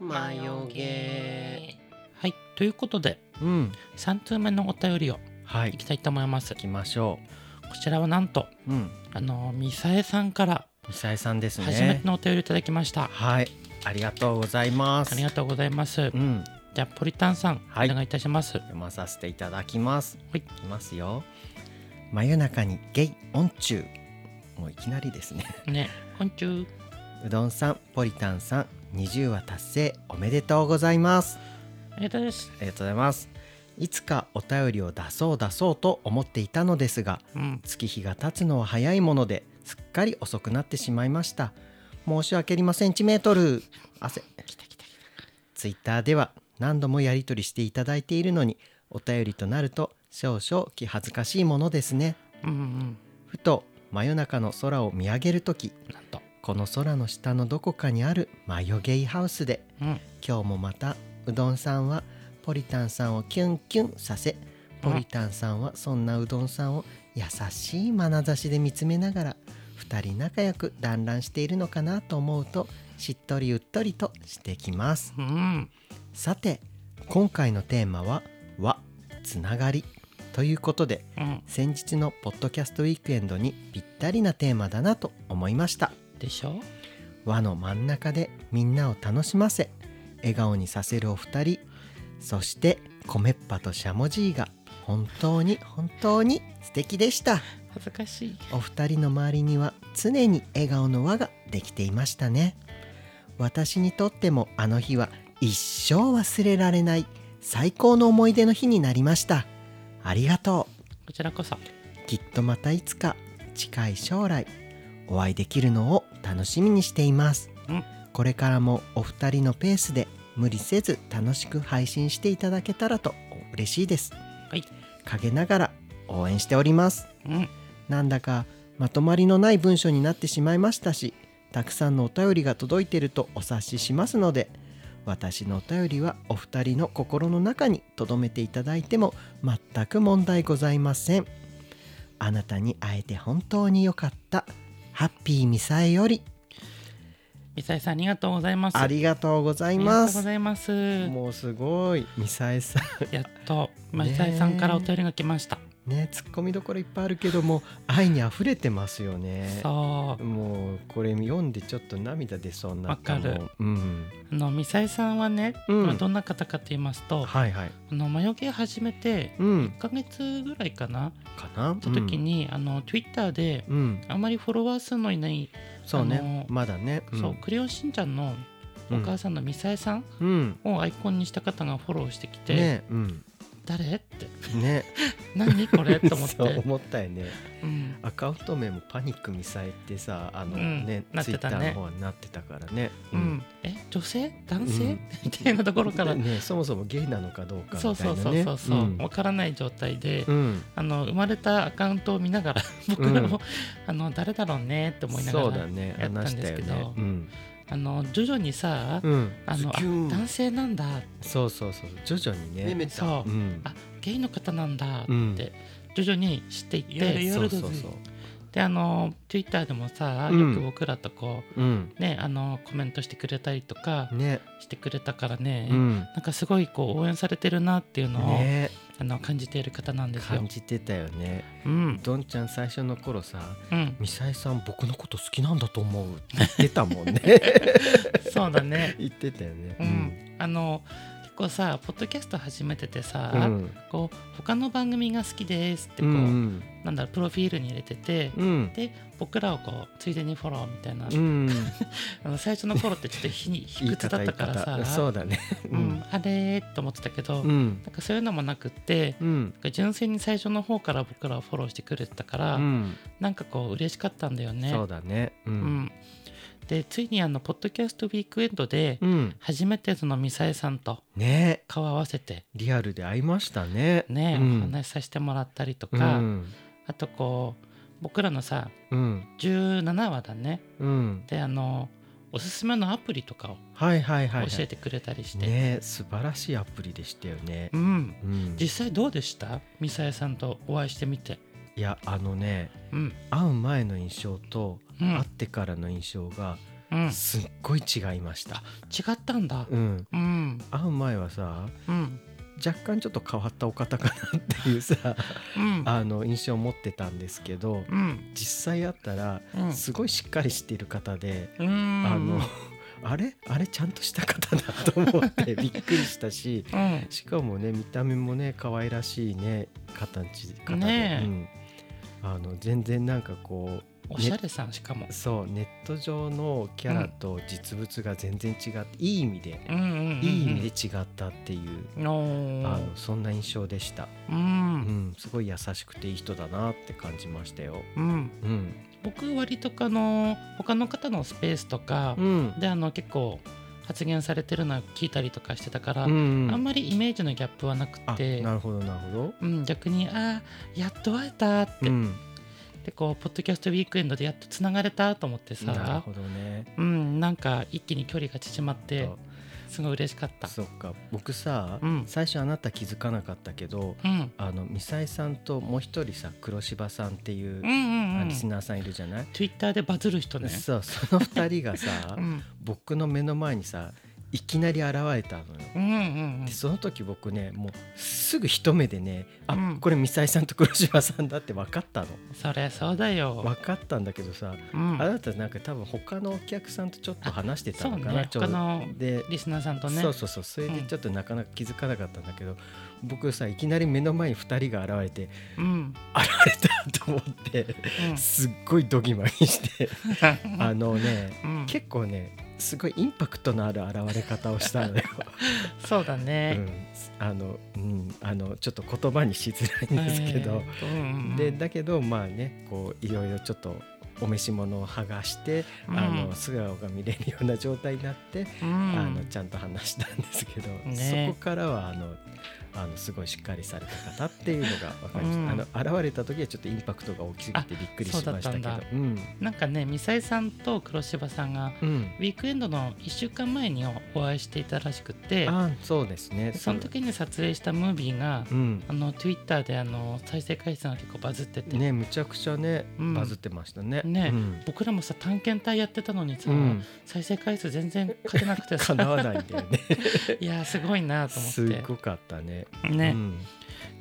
Speaker 3: マヨゲ
Speaker 2: はいということで
Speaker 1: うん
Speaker 2: 3通目のお便りを
Speaker 1: はい
Speaker 2: い
Speaker 1: 行
Speaker 2: きたいと思います。こ
Speaker 1: きましょ
Speaker 2: ちらはなんと
Speaker 1: ううん
Speaker 2: あのミサエさんから
Speaker 1: ミサエさんですね
Speaker 2: 初めてのお便りをいただきました。
Speaker 1: はいありがとうございます
Speaker 2: ありがとうございます。
Speaker 1: うん
Speaker 2: じゃあポリタンさん、
Speaker 1: はい
Speaker 2: お願いいたします。
Speaker 1: 読まさせていただきます。
Speaker 2: はい
Speaker 1: きますよ。真夜中にゲイオンチュー。もういきなりですね。 [laughs]
Speaker 2: ね、昆虫。
Speaker 1: うどんさんポリタンさん20話達成おめでとうございます
Speaker 2: ありがとうです
Speaker 1: ありがとうございますいつかお便りを出そう出そうと思っていたのですが
Speaker 2: うん
Speaker 1: 月日が経つのは早いものですっかり遅くなってしまいました申し訳ありませんチメートル汗
Speaker 2: 来た来た来た
Speaker 1: ツイッターでは何度もやり取りしていただいているのにお便りとなると少々気恥ずかしいものですね
Speaker 2: うんうん
Speaker 1: ふと真夜中の空を見上げるとき
Speaker 2: なんと
Speaker 1: この空の下のどこかにあるマヨゲイハウスで
Speaker 2: うん
Speaker 1: 今日もまたうどんさんはポリタンさんをキュンキュンさせポリタンさんはそんなうどんさんを優しい眼差しで見つめながら2人仲良く団らんしているのかなと思うとしっとりうっとりとしてきます
Speaker 2: うん
Speaker 1: さて今回のテーマは「和つながり」ということで
Speaker 2: うん
Speaker 1: 先日のポッドキャストウィークエンドにぴったりなテーマだなと思いました
Speaker 2: でしょ
Speaker 1: 輪の真ん中でみんなを楽しませ笑顔にさせるお二人そして米っぱとしゃもじいが本当に本当に素敵でした
Speaker 2: 恥ずかしい
Speaker 1: お二人の周りには常に笑顔の輪ができていましたね私にとってもあの日は一生忘れられない最高の思い出の日になりましたありがとう
Speaker 2: こちらこそ
Speaker 1: きっとまたいつか近い将来お会いできるのを楽しみにしています、
Speaker 2: うん
Speaker 1: これからもお二人のペースで無理せず楽しく配信していただけたらと嬉しいです
Speaker 2: はい
Speaker 1: 陰ながら応援しております
Speaker 2: うん
Speaker 1: なんだかまとまりのない文章になってしまいましたしたくさんのお便りが届いているとお察ししますので私のお便りはお二人の心の中に留めていただいても全く問題ございませんあなたに会えて本当に良かったハッピーミサエより
Speaker 2: ミサイさんありがとうございます
Speaker 1: ありがとうござい
Speaker 2: あ
Speaker 1: ま
Speaker 2: りがとうご
Speaker 1: す
Speaker 2: ざいます
Speaker 1: もうすごいミサエさ
Speaker 2: やっと今
Speaker 1: ねえ
Speaker 2: ミサイさんからお便りが来ました
Speaker 1: んねツッコミどころいっぱいあるけども愛に溢れてますよね
Speaker 2: そう
Speaker 1: もうこれ読んでちょっと涙出そうになった
Speaker 2: わかる
Speaker 1: もううん、
Speaker 2: あのミサイさんはね、
Speaker 1: うん
Speaker 2: まあどんな方かと言いますと、
Speaker 1: はいはい
Speaker 2: あの魔除け始めて
Speaker 1: うん
Speaker 2: 1ヶ月ぐらいかな、
Speaker 1: かな
Speaker 2: た時に、あの Twitter で
Speaker 1: うん、うん
Speaker 2: あまりフォロワー数のいない、
Speaker 1: そうね、
Speaker 2: あのー
Speaker 1: まだね、ん
Speaker 2: そうクレヨンしんちゃんのお母さんのミサエさん
Speaker 1: うん、うん
Speaker 2: をアイコンにした方がフォローしてきて、
Speaker 1: ねうん
Speaker 2: 誰って [laughs]
Speaker 1: ね
Speaker 2: 何これって思っ
Speaker 1: [laughs] そう
Speaker 2: て、
Speaker 1: 思ったよね
Speaker 2: うん、
Speaker 1: アカウント名もパニックミサイってさあの
Speaker 2: うん
Speaker 1: ね、
Speaker 2: なっ
Speaker 1: ツイ
Speaker 2: て
Speaker 1: ッタ
Speaker 2: た
Speaker 1: ー
Speaker 2: ね
Speaker 1: の方はなってたからね
Speaker 2: うんえ女性男性、
Speaker 1: うん
Speaker 2: [laughs] みたいなところから、
Speaker 1: ねそもそもゲイなのかどうかみたいなね
Speaker 2: そうそうそうそうそう、
Speaker 1: ん
Speaker 2: 分からない状態で、
Speaker 1: うん
Speaker 2: あの生まれたアカウントを見なが
Speaker 1: [laughs]
Speaker 2: ら僕らも、
Speaker 1: うん
Speaker 2: あの誰だろうねって思いなが
Speaker 1: そうだ
Speaker 2: ら、
Speaker 1: ね
Speaker 2: やったん
Speaker 1: 話
Speaker 2: で
Speaker 1: した
Speaker 2: す
Speaker 1: よ
Speaker 2: けど
Speaker 1: ねうん、
Speaker 2: あの徐々にさ、
Speaker 1: うん、
Speaker 2: あの
Speaker 1: ズキュン
Speaker 2: あ男性なんだ
Speaker 1: そうそうそう徐々にね
Speaker 3: めめた
Speaker 2: そう、
Speaker 1: うん
Speaker 2: あゲイの方なんだって、
Speaker 1: うん
Speaker 2: 徐々に知っていって
Speaker 3: やれや
Speaker 1: そう
Speaker 3: 夜だぜ
Speaker 1: そうそう
Speaker 2: であの Twitter でもさ
Speaker 1: うん
Speaker 2: よく僕らとこ
Speaker 1: うん
Speaker 2: う、ねあのコメントしてくれたりとか
Speaker 1: ね、
Speaker 2: してくれたからね、
Speaker 1: うん、
Speaker 2: なんかすごいこう応援されてるなっていうのを、
Speaker 1: ね
Speaker 2: あの感じている方なんですよ
Speaker 1: 感。じてたよね
Speaker 2: うん
Speaker 1: どんちゃん最初の頃さ
Speaker 2: うん
Speaker 1: 「ミサイさん僕のこと好きなんだと思う」って言ってたもんね
Speaker 2: [laughs] そうだね、
Speaker 1: 言ってたよね
Speaker 2: うん、あの結構さポッドキャスト始めててさ、
Speaker 1: うん
Speaker 2: こう他の番組が好きですって
Speaker 1: う
Speaker 2: こう、
Speaker 1: ん
Speaker 2: なんだろうプロフィールに入れてて、
Speaker 1: うん
Speaker 2: で僕らをこうついでにフォローみたいな、
Speaker 1: うん
Speaker 2: あの最初の頃ってちょっと
Speaker 1: [laughs]
Speaker 2: ひに卑
Speaker 1: 言い
Speaker 2: 屈だ
Speaker 1: 方
Speaker 2: っ
Speaker 1: 言
Speaker 2: た
Speaker 1: い
Speaker 2: からさ
Speaker 1: 方そうだね
Speaker 2: うんあれーと思ってたけど、
Speaker 1: う
Speaker 2: なん
Speaker 1: ん
Speaker 2: かそういうのもなくって
Speaker 1: うん
Speaker 2: なんか純粋に最初の方から僕らをフォローしてくれてたから、
Speaker 1: うん
Speaker 2: なんかこう嬉しかったんだよね。
Speaker 1: そうだねう
Speaker 2: うんん、でついにあのポッドキャストウィークエンドで
Speaker 1: うん
Speaker 2: 初めてそのミサエさんと
Speaker 1: ね
Speaker 2: 顔を合わせて
Speaker 1: リアルで会いましたね
Speaker 2: ね、
Speaker 1: うん
Speaker 2: お話しさせてもらったりと
Speaker 1: う
Speaker 2: か、
Speaker 1: ん
Speaker 2: あとこう僕らのさ
Speaker 1: うん
Speaker 2: 17話だね
Speaker 1: うん
Speaker 2: であのおすすめのアプリとかを
Speaker 1: はいはいはいはい
Speaker 2: 教えてくれたりして、
Speaker 1: ね素晴らしいアプリでしたよね
Speaker 2: うん
Speaker 1: うん
Speaker 2: 実際どうでしたミサエさんとお会いしてみて
Speaker 1: いやあのね
Speaker 2: うん
Speaker 1: 会う前の印象と
Speaker 2: う
Speaker 1: 会っ
Speaker 2: ん、
Speaker 1: てからの印象が
Speaker 2: うん、違
Speaker 1: すっごい違いました、
Speaker 2: ったんだ
Speaker 1: うん、
Speaker 2: うん
Speaker 1: 会う前はさ
Speaker 2: うん
Speaker 1: 若干ちょっと変わったお方かなっていうさ
Speaker 2: うん
Speaker 1: あの印象を持ってたんですけど
Speaker 2: うん
Speaker 1: 実際会ったら
Speaker 2: うん
Speaker 1: すごいしっかりしている方で、
Speaker 2: うん
Speaker 1: あのあれあれちゃんとした方だと思ってびっくりしたし
Speaker 2: うん
Speaker 1: しかもね見た目もね可愛らしいね形方で、
Speaker 2: ねえ
Speaker 1: うん、あの全然なんかこう
Speaker 2: おしゃれさんしかも、
Speaker 1: そうネット上のキャラと実物が全然違って、いい意味で、
Speaker 2: うんうんうんうん、
Speaker 1: いい意味で違ったっていう、
Speaker 2: お
Speaker 1: あ
Speaker 2: ー
Speaker 1: のそんな印象でした、
Speaker 2: う
Speaker 1: うんん、すごい優しくていい人だなって感じましたよ。
Speaker 2: うん
Speaker 1: うん、
Speaker 2: 僕割とあの他の方のスペースとか
Speaker 1: うん
Speaker 2: であの結構発言されてるのは聞いたりとかしてたから、
Speaker 1: うん
Speaker 2: あんまりイメージのギャップはなく
Speaker 1: あ
Speaker 2: て
Speaker 1: なるほどなるほど。
Speaker 2: うん、逆にあーやっと会えたって、
Speaker 1: うん、
Speaker 2: でこうポッドキャストウィークエンドでやっとつながれたと思って
Speaker 1: なる
Speaker 2: さ
Speaker 1: ほどね。
Speaker 2: うんなんか一気に距離が縮まって
Speaker 1: そう
Speaker 2: すごい嬉しかった
Speaker 1: そっか僕さ、
Speaker 2: うん
Speaker 1: 最初あなた気づかなかったけど
Speaker 2: うん
Speaker 1: あのミサイさんともう一人さ黒柴さんっていう
Speaker 2: うんう、ん
Speaker 1: あ
Speaker 2: うん
Speaker 1: リスナーさんいるじゃない、
Speaker 2: Twitter でバズる人ね
Speaker 1: そうその二人がさ、
Speaker 2: うん
Speaker 1: 僕の目の前にさいきなり現れたのよ。
Speaker 2: うんうんうん
Speaker 1: でその時僕ねもうすぐ一目でねあ、
Speaker 2: うん
Speaker 1: これミサイさんと黒柴さんだって分かったの
Speaker 2: そりゃそうだよ、
Speaker 1: 分かったんだけどさ、
Speaker 2: うん
Speaker 1: あなたなんか多分他のお客さんとちょっと話してたのか
Speaker 2: あそう
Speaker 1: な、
Speaker 2: ね
Speaker 1: ちょう
Speaker 2: 他の
Speaker 1: どで
Speaker 2: リスナーさんとね
Speaker 1: そうそうそうそれでちょっとなかなか気づかなかったんだけど、僕さいきなり目の前に2人が現れて [laughs]
Speaker 2: うん
Speaker 1: 現れたと思ってすっごいドギマギして
Speaker 2: うん
Speaker 1: あのね
Speaker 2: [laughs] うん
Speaker 1: 結構ねすごいインパクトのある現れ方をしたのよ、
Speaker 2: そうだ
Speaker 1: う
Speaker 2: [laughs] ね、
Speaker 1: ん、あの、うん、あのちょっと言葉にしづらいんですけど、
Speaker 2: えーっとうんうんうん
Speaker 1: でだけどまあねこういろいろちょっとお召し物を剥がして、
Speaker 2: うん
Speaker 1: あの素顔が見れるような状態になって、
Speaker 2: うん
Speaker 1: あのちゃんと話したんですけど、
Speaker 2: ね
Speaker 1: そこからはあのあのすごいしっかりされた方っていうのが分かりました、あの現れた時はちょっとインパクトが大きすぎてびっくりしましたけ
Speaker 2: そう
Speaker 1: ど
Speaker 2: だったんだ
Speaker 1: うん
Speaker 2: なんかねミサイさんと黒柴さんが
Speaker 1: うん、
Speaker 2: ウィークエンドの1週間前にお会いしていたらしくて
Speaker 1: あそうですね
Speaker 2: その時に撮影したムービーが、
Speaker 1: うん
Speaker 2: あの Twitter であの再生回数が結構バズってて、
Speaker 1: ねむちゃくちゃね、
Speaker 2: うん
Speaker 1: バズってましたね。
Speaker 2: ね
Speaker 1: うん
Speaker 2: 僕らもさ探検隊やってたのにさ、
Speaker 1: うん
Speaker 2: 再生回数全然勝てなくてさ
Speaker 1: 叶わないんだよね。
Speaker 2: [laughs] いやーすごいなと思
Speaker 1: す
Speaker 2: って
Speaker 1: ごかったね。
Speaker 2: ね、
Speaker 1: うん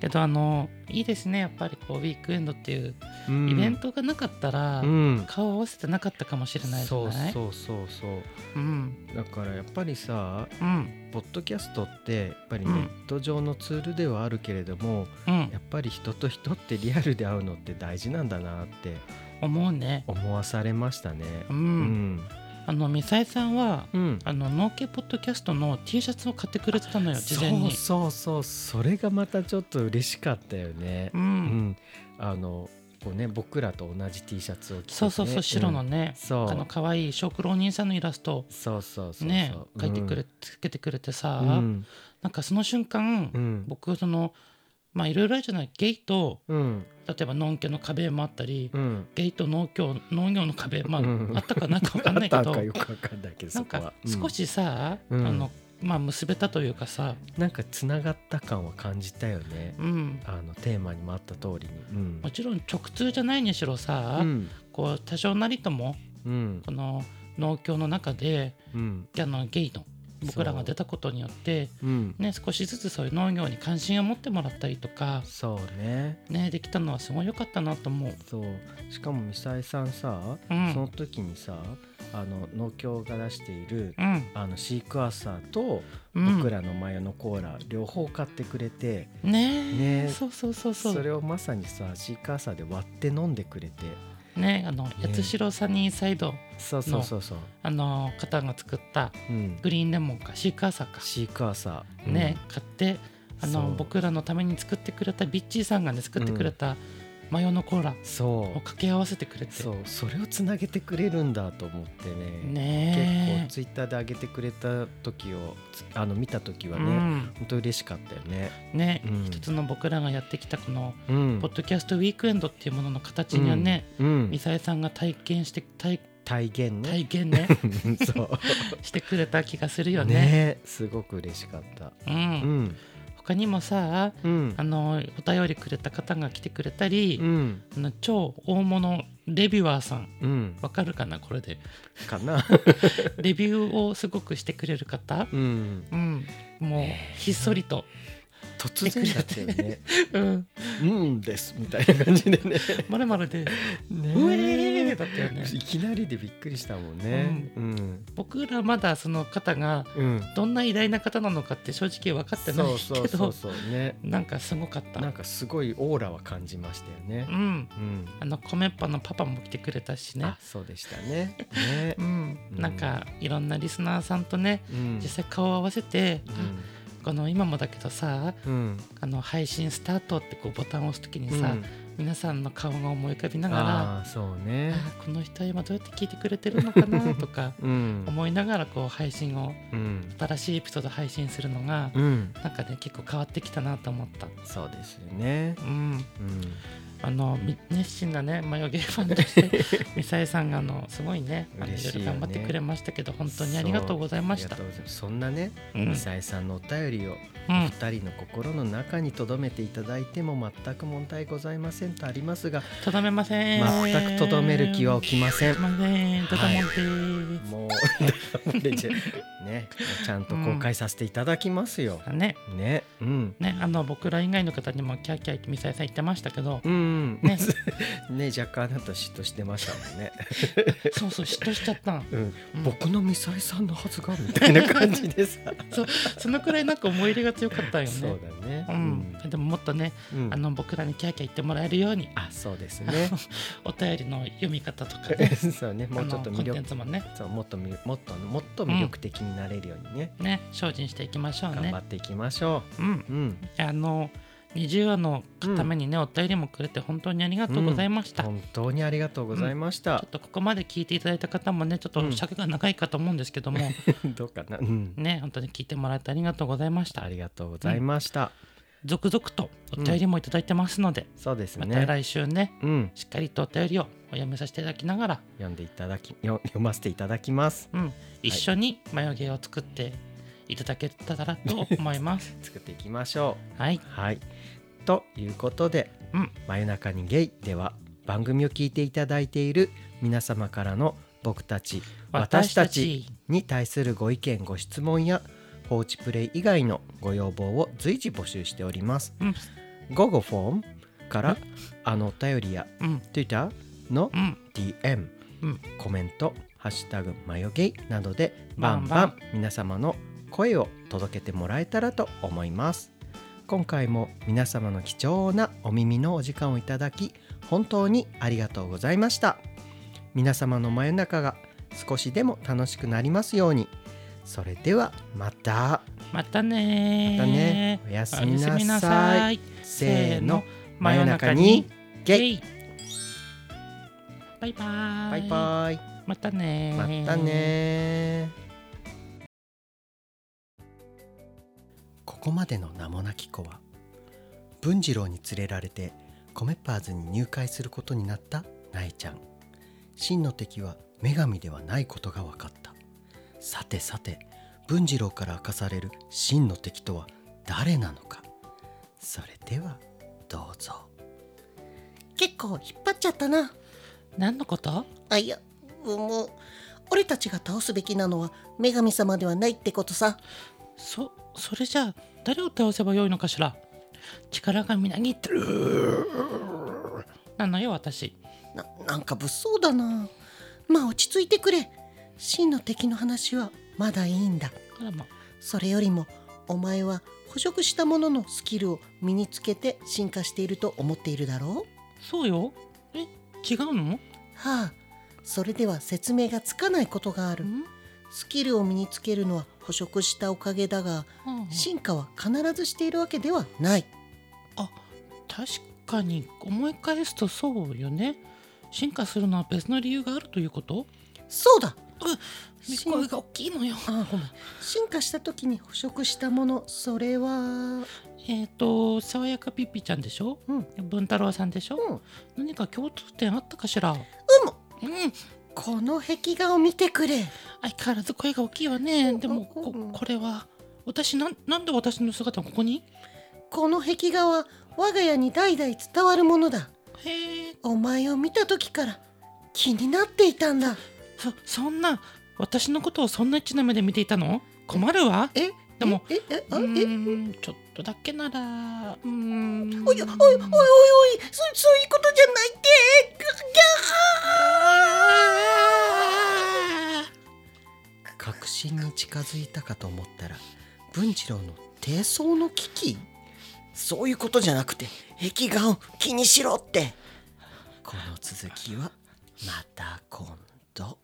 Speaker 2: けどあのいいですねやっぱりこうウィークエンドっていう
Speaker 1: うん
Speaker 2: イベントがなかったら、
Speaker 1: うん、
Speaker 2: 顔合わせてなかったかもしれないじゃ
Speaker 1: そう
Speaker 2: ない
Speaker 1: そうそうそう
Speaker 2: うん
Speaker 1: だからやっぱりさ
Speaker 2: うん
Speaker 1: ポッドキャストってやっぱり
Speaker 2: う
Speaker 1: ネ
Speaker 2: ん
Speaker 1: ット上のツールではあるけれども、
Speaker 2: うん
Speaker 1: やっぱり人と人ってリアルで会うのって大事なんだなって
Speaker 2: 思うね
Speaker 1: 思わされましたね。
Speaker 2: うん、
Speaker 1: うん、
Speaker 2: あのミサイさんは
Speaker 1: うん
Speaker 2: あの農家ポッドキャストの T シャツを買ってくれてたのよ事前
Speaker 1: そう
Speaker 2: に
Speaker 1: そうそうそれがまたちょっと嬉しかったよね。
Speaker 2: う
Speaker 1: うんん、あのこうね僕らと同じ T シャツを着て、ね、
Speaker 2: そうそうそう白の
Speaker 1: ん
Speaker 2: ね、
Speaker 1: そう
Speaker 2: あの可愛い食郎人さんのイラストを
Speaker 1: そうそうそうそう
Speaker 2: ね描いてくれ、
Speaker 1: た、
Speaker 2: つけてくれてさ、
Speaker 1: うん
Speaker 2: なんかその瞬間、
Speaker 1: うん
Speaker 2: 僕そのまあいろいろあるじゃないゲイと
Speaker 1: うん
Speaker 2: 例えば農家の壁もあったり、
Speaker 1: うん、
Speaker 2: ゲイと農業農業の壁まあ、
Speaker 1: うん
Speaker 2: あったかなんかわかん
Speaker 1: あ
Speaker 2: な
Speaker 1: っ
Speaker 2: いけ
Speaker 1: た
Speaker 2: ど
Speaker 1: んかよくわかんないけど
Speaker 2: な
Speaker 1: そ
Speaker 2: ん
Speaker 1: こは
Speaker 2: か少しさ、
Speaker 1: うん
Speaker 2: あのまあ結べたというかさ、
Speaker 1: うんなんかつながった感は感じたよね
Speaker 2: うん、
Speaker 1: あのテーマにもあった通りにうん
Speaker 2: もちろん直通じゃないにしろさ、
Speaker 1: うん
Speaker 2: こう多少なりとも
Speaker 1: うん
Speaker 2: この農協の中で
Speaker 1: うん
Speaker 2: あのゲイの僕らが出たことによって、
Speaker 1: うん
Speaker 2: ね、少しずつそういう農業に関心を持ってもらったりとか、
Speaker 1: そうね
Speaker 2: ね、できたのはすごい良かったなと思う。
Speaker 1: そうしかもミサイさんさ、
Speaker 2: うん
Speaker 1: その時にさあの農協が出している、
Speaker 2: うん
Speaker 1: あのシークワーサーと
Speaker 2: うん、
Speaker 1: 僕らのマヨのコーラ両方買ってくれて、
Speaker 2: ね
Speaker 1: ね
Speaker 2: そうそうそうそ
Speaker 1: そうれをまさにさシークワーサーで割って飲んでくれて
Speaker 2: ねあの八代サニーサイド
Speaker 1: そうそうそうそう、
Speaker 2: あの方が作った
Speaker 1: うん、
Speaker 2: グリーンレモンかシーカーサーか、
Speaker 1: シークワーサー、うん
Speaker 2: ね買ってあ
Speaker 1: そ
Speaker 2: の
Speaker 1: う
Speaker 2: 僕らのために作ってくれたビッチーさんがね作ってくれたマヨのコーラ
Speaker 1: そ
Speaker 2: を
Speaker 1: う
Speaker 2: 掛け合わせてくれて
Speaker 1: そうそれをつなげてくれるんだと思ってね結
Speaker 2: ね
Speaker 1: 構ツイッターで上げてくれた時をつあの見た時はね、ほん、本当嬉しかったよね。
Speaker 2: うん、ね、
Speaker 1: うん
Speaker 2: 一つの僕らがやってきたこの
Speaker 1: うん
Speaker 2: ポッドキャストウィークエンドっていうものの形にはね、
Speaker 1: うん
Speaker 2: ミサエさんが体験して体
Speaker 1: 体現ね。
Speaker 2: 体現
Speaker 1: [laughs]
Speaker 2: ね
Speaker 1: そう
Speaker 2: してくれた気がするよ
Speaker 1: ね
Speaker 2: ね。
Speaker 1: すごく嬉しかった。
Speaker 2: うん
Speaker 1: うん
Speaker 2: 他にもさ
Speaker 1: うん
Speaker 2: あのお便りくれた方が来てくれたり、
Speaker 1: うん
Speaker 2: あの超大物レビュアーさん
Speaker 1: うん
Speaker 2: わかるかなこ
Speaker 1: [laughs]
Speaker 2: れで
Speaker 1: か
Speaker 2: [laughs]
Speaker 1: な。
Speaker 2: レビューをすごくしてくれる方
Speaker 1: うん
Speaker 2: うんもうひっそりと、
Speaker 1: 突然だったよね。
Speaker 2: うん、
Speaker 1: うんですみたいな感じでね。
Speaker 2: まるまるで
Speaker 1: ね
Speaker 2: うえーめてだったよね
Speaker 1: いきなりでびっくりしたもんね。うん。
Speaker 2: 僕らまだその方が
Speaker 1: うん。
Speaker 2: どんな偉大な方なのかって正直分かってないけ
Speaker 1: そ
Speaker 2: ど
Speaker 1: うそうそうそうね。
Speaker 2: なんかすごかった
Speaker 1: なんかすごいオーラは感じましたよね
Speaker 2: う。ん
Speaker 1: うん。
Speaker 2: あの米っぱのパパも来てくれたしね
Speaker 1: あ、そうでしたね。ね
Speaker 2: う。ん、
Speaker 1: うん
Speaker 2: なんかいろんなリスナーさんとね
Speaker 1: うん
Speaker 2: 実。際顔を合わせて、この今もだけどさ
Speaker 1: うん。うん。
Speaker 2: あの配信スタートってこうボタンを押すときにさ、
Speaker 1: うん
Speaker 2: 皆さんの顔が思い浮かびながらあ
Speaker 1: ああ、そうね。
Speaker 2: ーこの人は今どうやって聞いてくれてるのかなとか
Speaker 1: うん。
Speaker 2: 思いながらこう配信を
Speaker 1: うん。
Speaker 2: 新しいエピソード配信するのが、
Speaker 1: うん。
Speaker 2: なんかね結構変わってきたなと思った。
Speaker 1: そうですよね。
Speaker 2: うん、
Speaker 1: うん。
Speaker 2: あのみ熱心なねマヨゲーファンとして
Speaker 1: [laughs]
Speaker 2: ミサイさんがあのすごいねあの
Speaker 1: 嬉しい
Speaker 2: いろ
Speaker 1: よ
Speaker 2: いろ
Speaker 1: ね
Speaker 2: 頑張ってくれましたけど本当にありがとうございまし
Speaker 1: あ
Speaker 2: た
Speaker 1: りがとう。ございますそんなね、
Speaker 2: うんうん
Speaker 1: ミサイさんのお便りをお二人の心の中に留めていただいても全く問題ございませんとありますが、
Speaker 2: とどめません。
Speaker 1: 全くとどめる気は起きません
Speaker 2: [laughs] と。どめません。とどめません
Speaker 1: [laughs] もうでじゃね、ちゃんと公開させていただきますよ。
Speaker 2: ね
Speaker 1: ね、うん。
Speaker 2: ねあの僕ら以外の方にもキャーキャーミサイさん言ってましたけど、
Speaker 1: うん、
Speaker 2: ね
Speaker 1: ね若干あなた嫉妬してましたもんね、
Speaker 2: そうそう嫉妬しちゃったの。
Speaker 1: うん、
Speaker 2: うん
Speaker 1: 僕のミサイさんのはずがみたいな感じで
Speaker 2: [laughs]
Speaker 1: さ、
Speaker 2: そのくらいなんか思い入れが強かったよ
Speaker 1: そ
Speaker 2: ね
Speaker 1: う。だね、
Speaker 2: うん、でももっとね、
Speaker 1: うん
Speaker 2: あの僕らにキャーキャー言ってもらえるように、
Speaker 1: あそうですね、
Speaker 2: お便りの読み方とかね
Speaker 1: [laughs] そうねも
Speaker 2: あ
Speaker 1: うちょ
Speaker 2: の
Speaker 1: っと
Speaker 2: コ
Speaker 1: 魅
Speaker 2: ンテン
Speaker 1: 力
Speaker 2: ツもね、
Speaker 1: そうもっとみもっともっと魅力的になれるようにね、
Speaker 2: ね精進していきましょう
Speaker 1: 頑
Speaker 2: ね
Speaker 1: 張。っていきましょ
Speaker 2: うん、
Speaker 1: う、うん、
Speaker 2: あの20話のためにね、お便りもくれて本当にありがとうございました。
Speaker 1: 本当にありがとうございまし
Speaker 2: ち
Speaker 1: た
Speaker 2: ょっ、とここまで聞いていただいた方もねちょっ
Speaker 1: う
Speaker 2: と
Speaker 1: ん
Speaker 2: 尺が長いかと思うんですけ
Speaker 1: [laughs]
Speaker 2: ども、
Speaker 1: どうかな、うん、
Speaker 2: ね本当に聞いてもらってありがとうございました
Speaker 1: ありがとうございました、
Speaker 2: 続々とお便りもいただいてますので、
Speaker 1: そうです
Speaker 2: また
Speaker 1: ね
Speaker 2: 来週ね
Speaker 1: うん
Speaker 2: しっかりとお便りをお読みさせていただきながら、
Speaker 1: 読んでいただきよ読ませていただきます
Speaker 2: うん、一緒に眉毛を作っていただけたらと思
Speaker 1: [laughs]
Speaker 2: います。
Speaker 1: 作っていきましょう
Speaker 2: はい、
Speaker 1: はいということで
Speaker 2: うん
Speaker 1: 「真夜中にゲイ」では番組を聞いていただいている皆様からの僕たち私たちに対するご意見ご質問や放置プレイ以外のご要望を随時募集しております
Speaker 2: うん
Speaker 1: 午後フォームから
Speaker 2: ん
Speaker 1: あのお便りや
Speaker 2: うん
Speaker 1: Twitter の
Speaker 2: うん
Speaker 1: DM、
Speaker 2: うん
Speaker 1: コメント「ハッシュタグマヨゲイ」などでバンバン皆様の声を届けてもらえたらと思います今回も皆様の貴重なお耳のお時間をいただき本当にありがとうございました皆様の真夜中が少しでも楽しくなりますようにそれではまた
Speaker 2: またねー
Speaker 1: またねおやすみ
Speaker 2: おや
Speaker 1: な
Speaker 2: すみな
Speaker 1: さ
Speaker 2: さ
Speaker 1: い
Speaker 2: い
Speaker 1: せ
Speaker 2: せー
Speaker 1: ーの
Speaker 2: の
Speaker 1: 真夜中にゲイ
Speaker 2: イバイバーイ
Speaker 1: バイバイ
Speaker 2: またね
Speaker 1: ま
Speaker 2: ー
Speaker 1: たねここまでの名もなき子は文次郎に連れられてコメッパーズに入会することになったナエちゃん真の敵は女神ではないことが分かったさてさて文次郎から明かされる真の敵とは誰なのかそれではどうぞ
Speaker 4: 結構引っ張っちゃったな
Speaker 2: 何のこと
Speaker 4: あいやもう俺たちが倒すべきなのは女神様ではないってことさ
Speaker 2: そそれじゃあ誰を倒せばよいのかしら力がみなぎってるなのよ私
Speaker 4: ななんか物騒だなまあ落ち着いてくれ真の敵の話はまだいいんだ
Speaker 2: あらま
Speaker 4: それよりもお前は捕食したもののスキルを身につけて進化していると思っているだろう
Speaker 2: そうよえ違うの
Speaker 4: はあそれでは説明がつかないことがある
Speaker 2: ん
Speaker 4: スキルを身につけるのは捕食したおかげだが
Speaker 2: うん
Speaker 4: 進化は必ずしているわけではない
Speaker 2: 確かに思い返すとそうよね進化するのは別の理由があるということ
Speaker 4: そうだ進
Speaker 2: 声が大きいのよ
Speaker 4: あごめん進化した時に捕食したものそれはうん
Speaker 2: えっ、と爽やかピッピちゃんでしょ
Speaker 4: うん
Speaker 2: 文太郎さんでしょ、
Speaker 4: うん
Speaker 2: 何か共通点あったかしらうん
Speaker 4: この壁画を見てくれ
Speaker 2: 相変わらず声が大きいわねでも
Speaker 4: うんう
Speaker 2: こ
Speaker 4: んうん
Speaker 2: これは私なんなんで私の姿がここに
Speaker 4: この壁画は我が家に代々伝わるものだ
Speaker 2: へえ
Speaker 4: お前を見た時から気になっていたんだ
Speaker 2: そそんな私のことをそんな一な目で見ていたの困るわ
Speaker 4: え
Speaker 2: でも
Speaker 4: えええ
Speaker 2: う
Speaker 4: あえ
Speaker 2: ーんちょっとだけならうーん
Speaker 4: おいおいおいおいおいそそういうことじゃないってぐぎゃ
Speaker 1: 真に近づいたかと思ったら文次郎の低層の危機そういうことじゃなくて壁画を気にしろってこの続きはまた今度。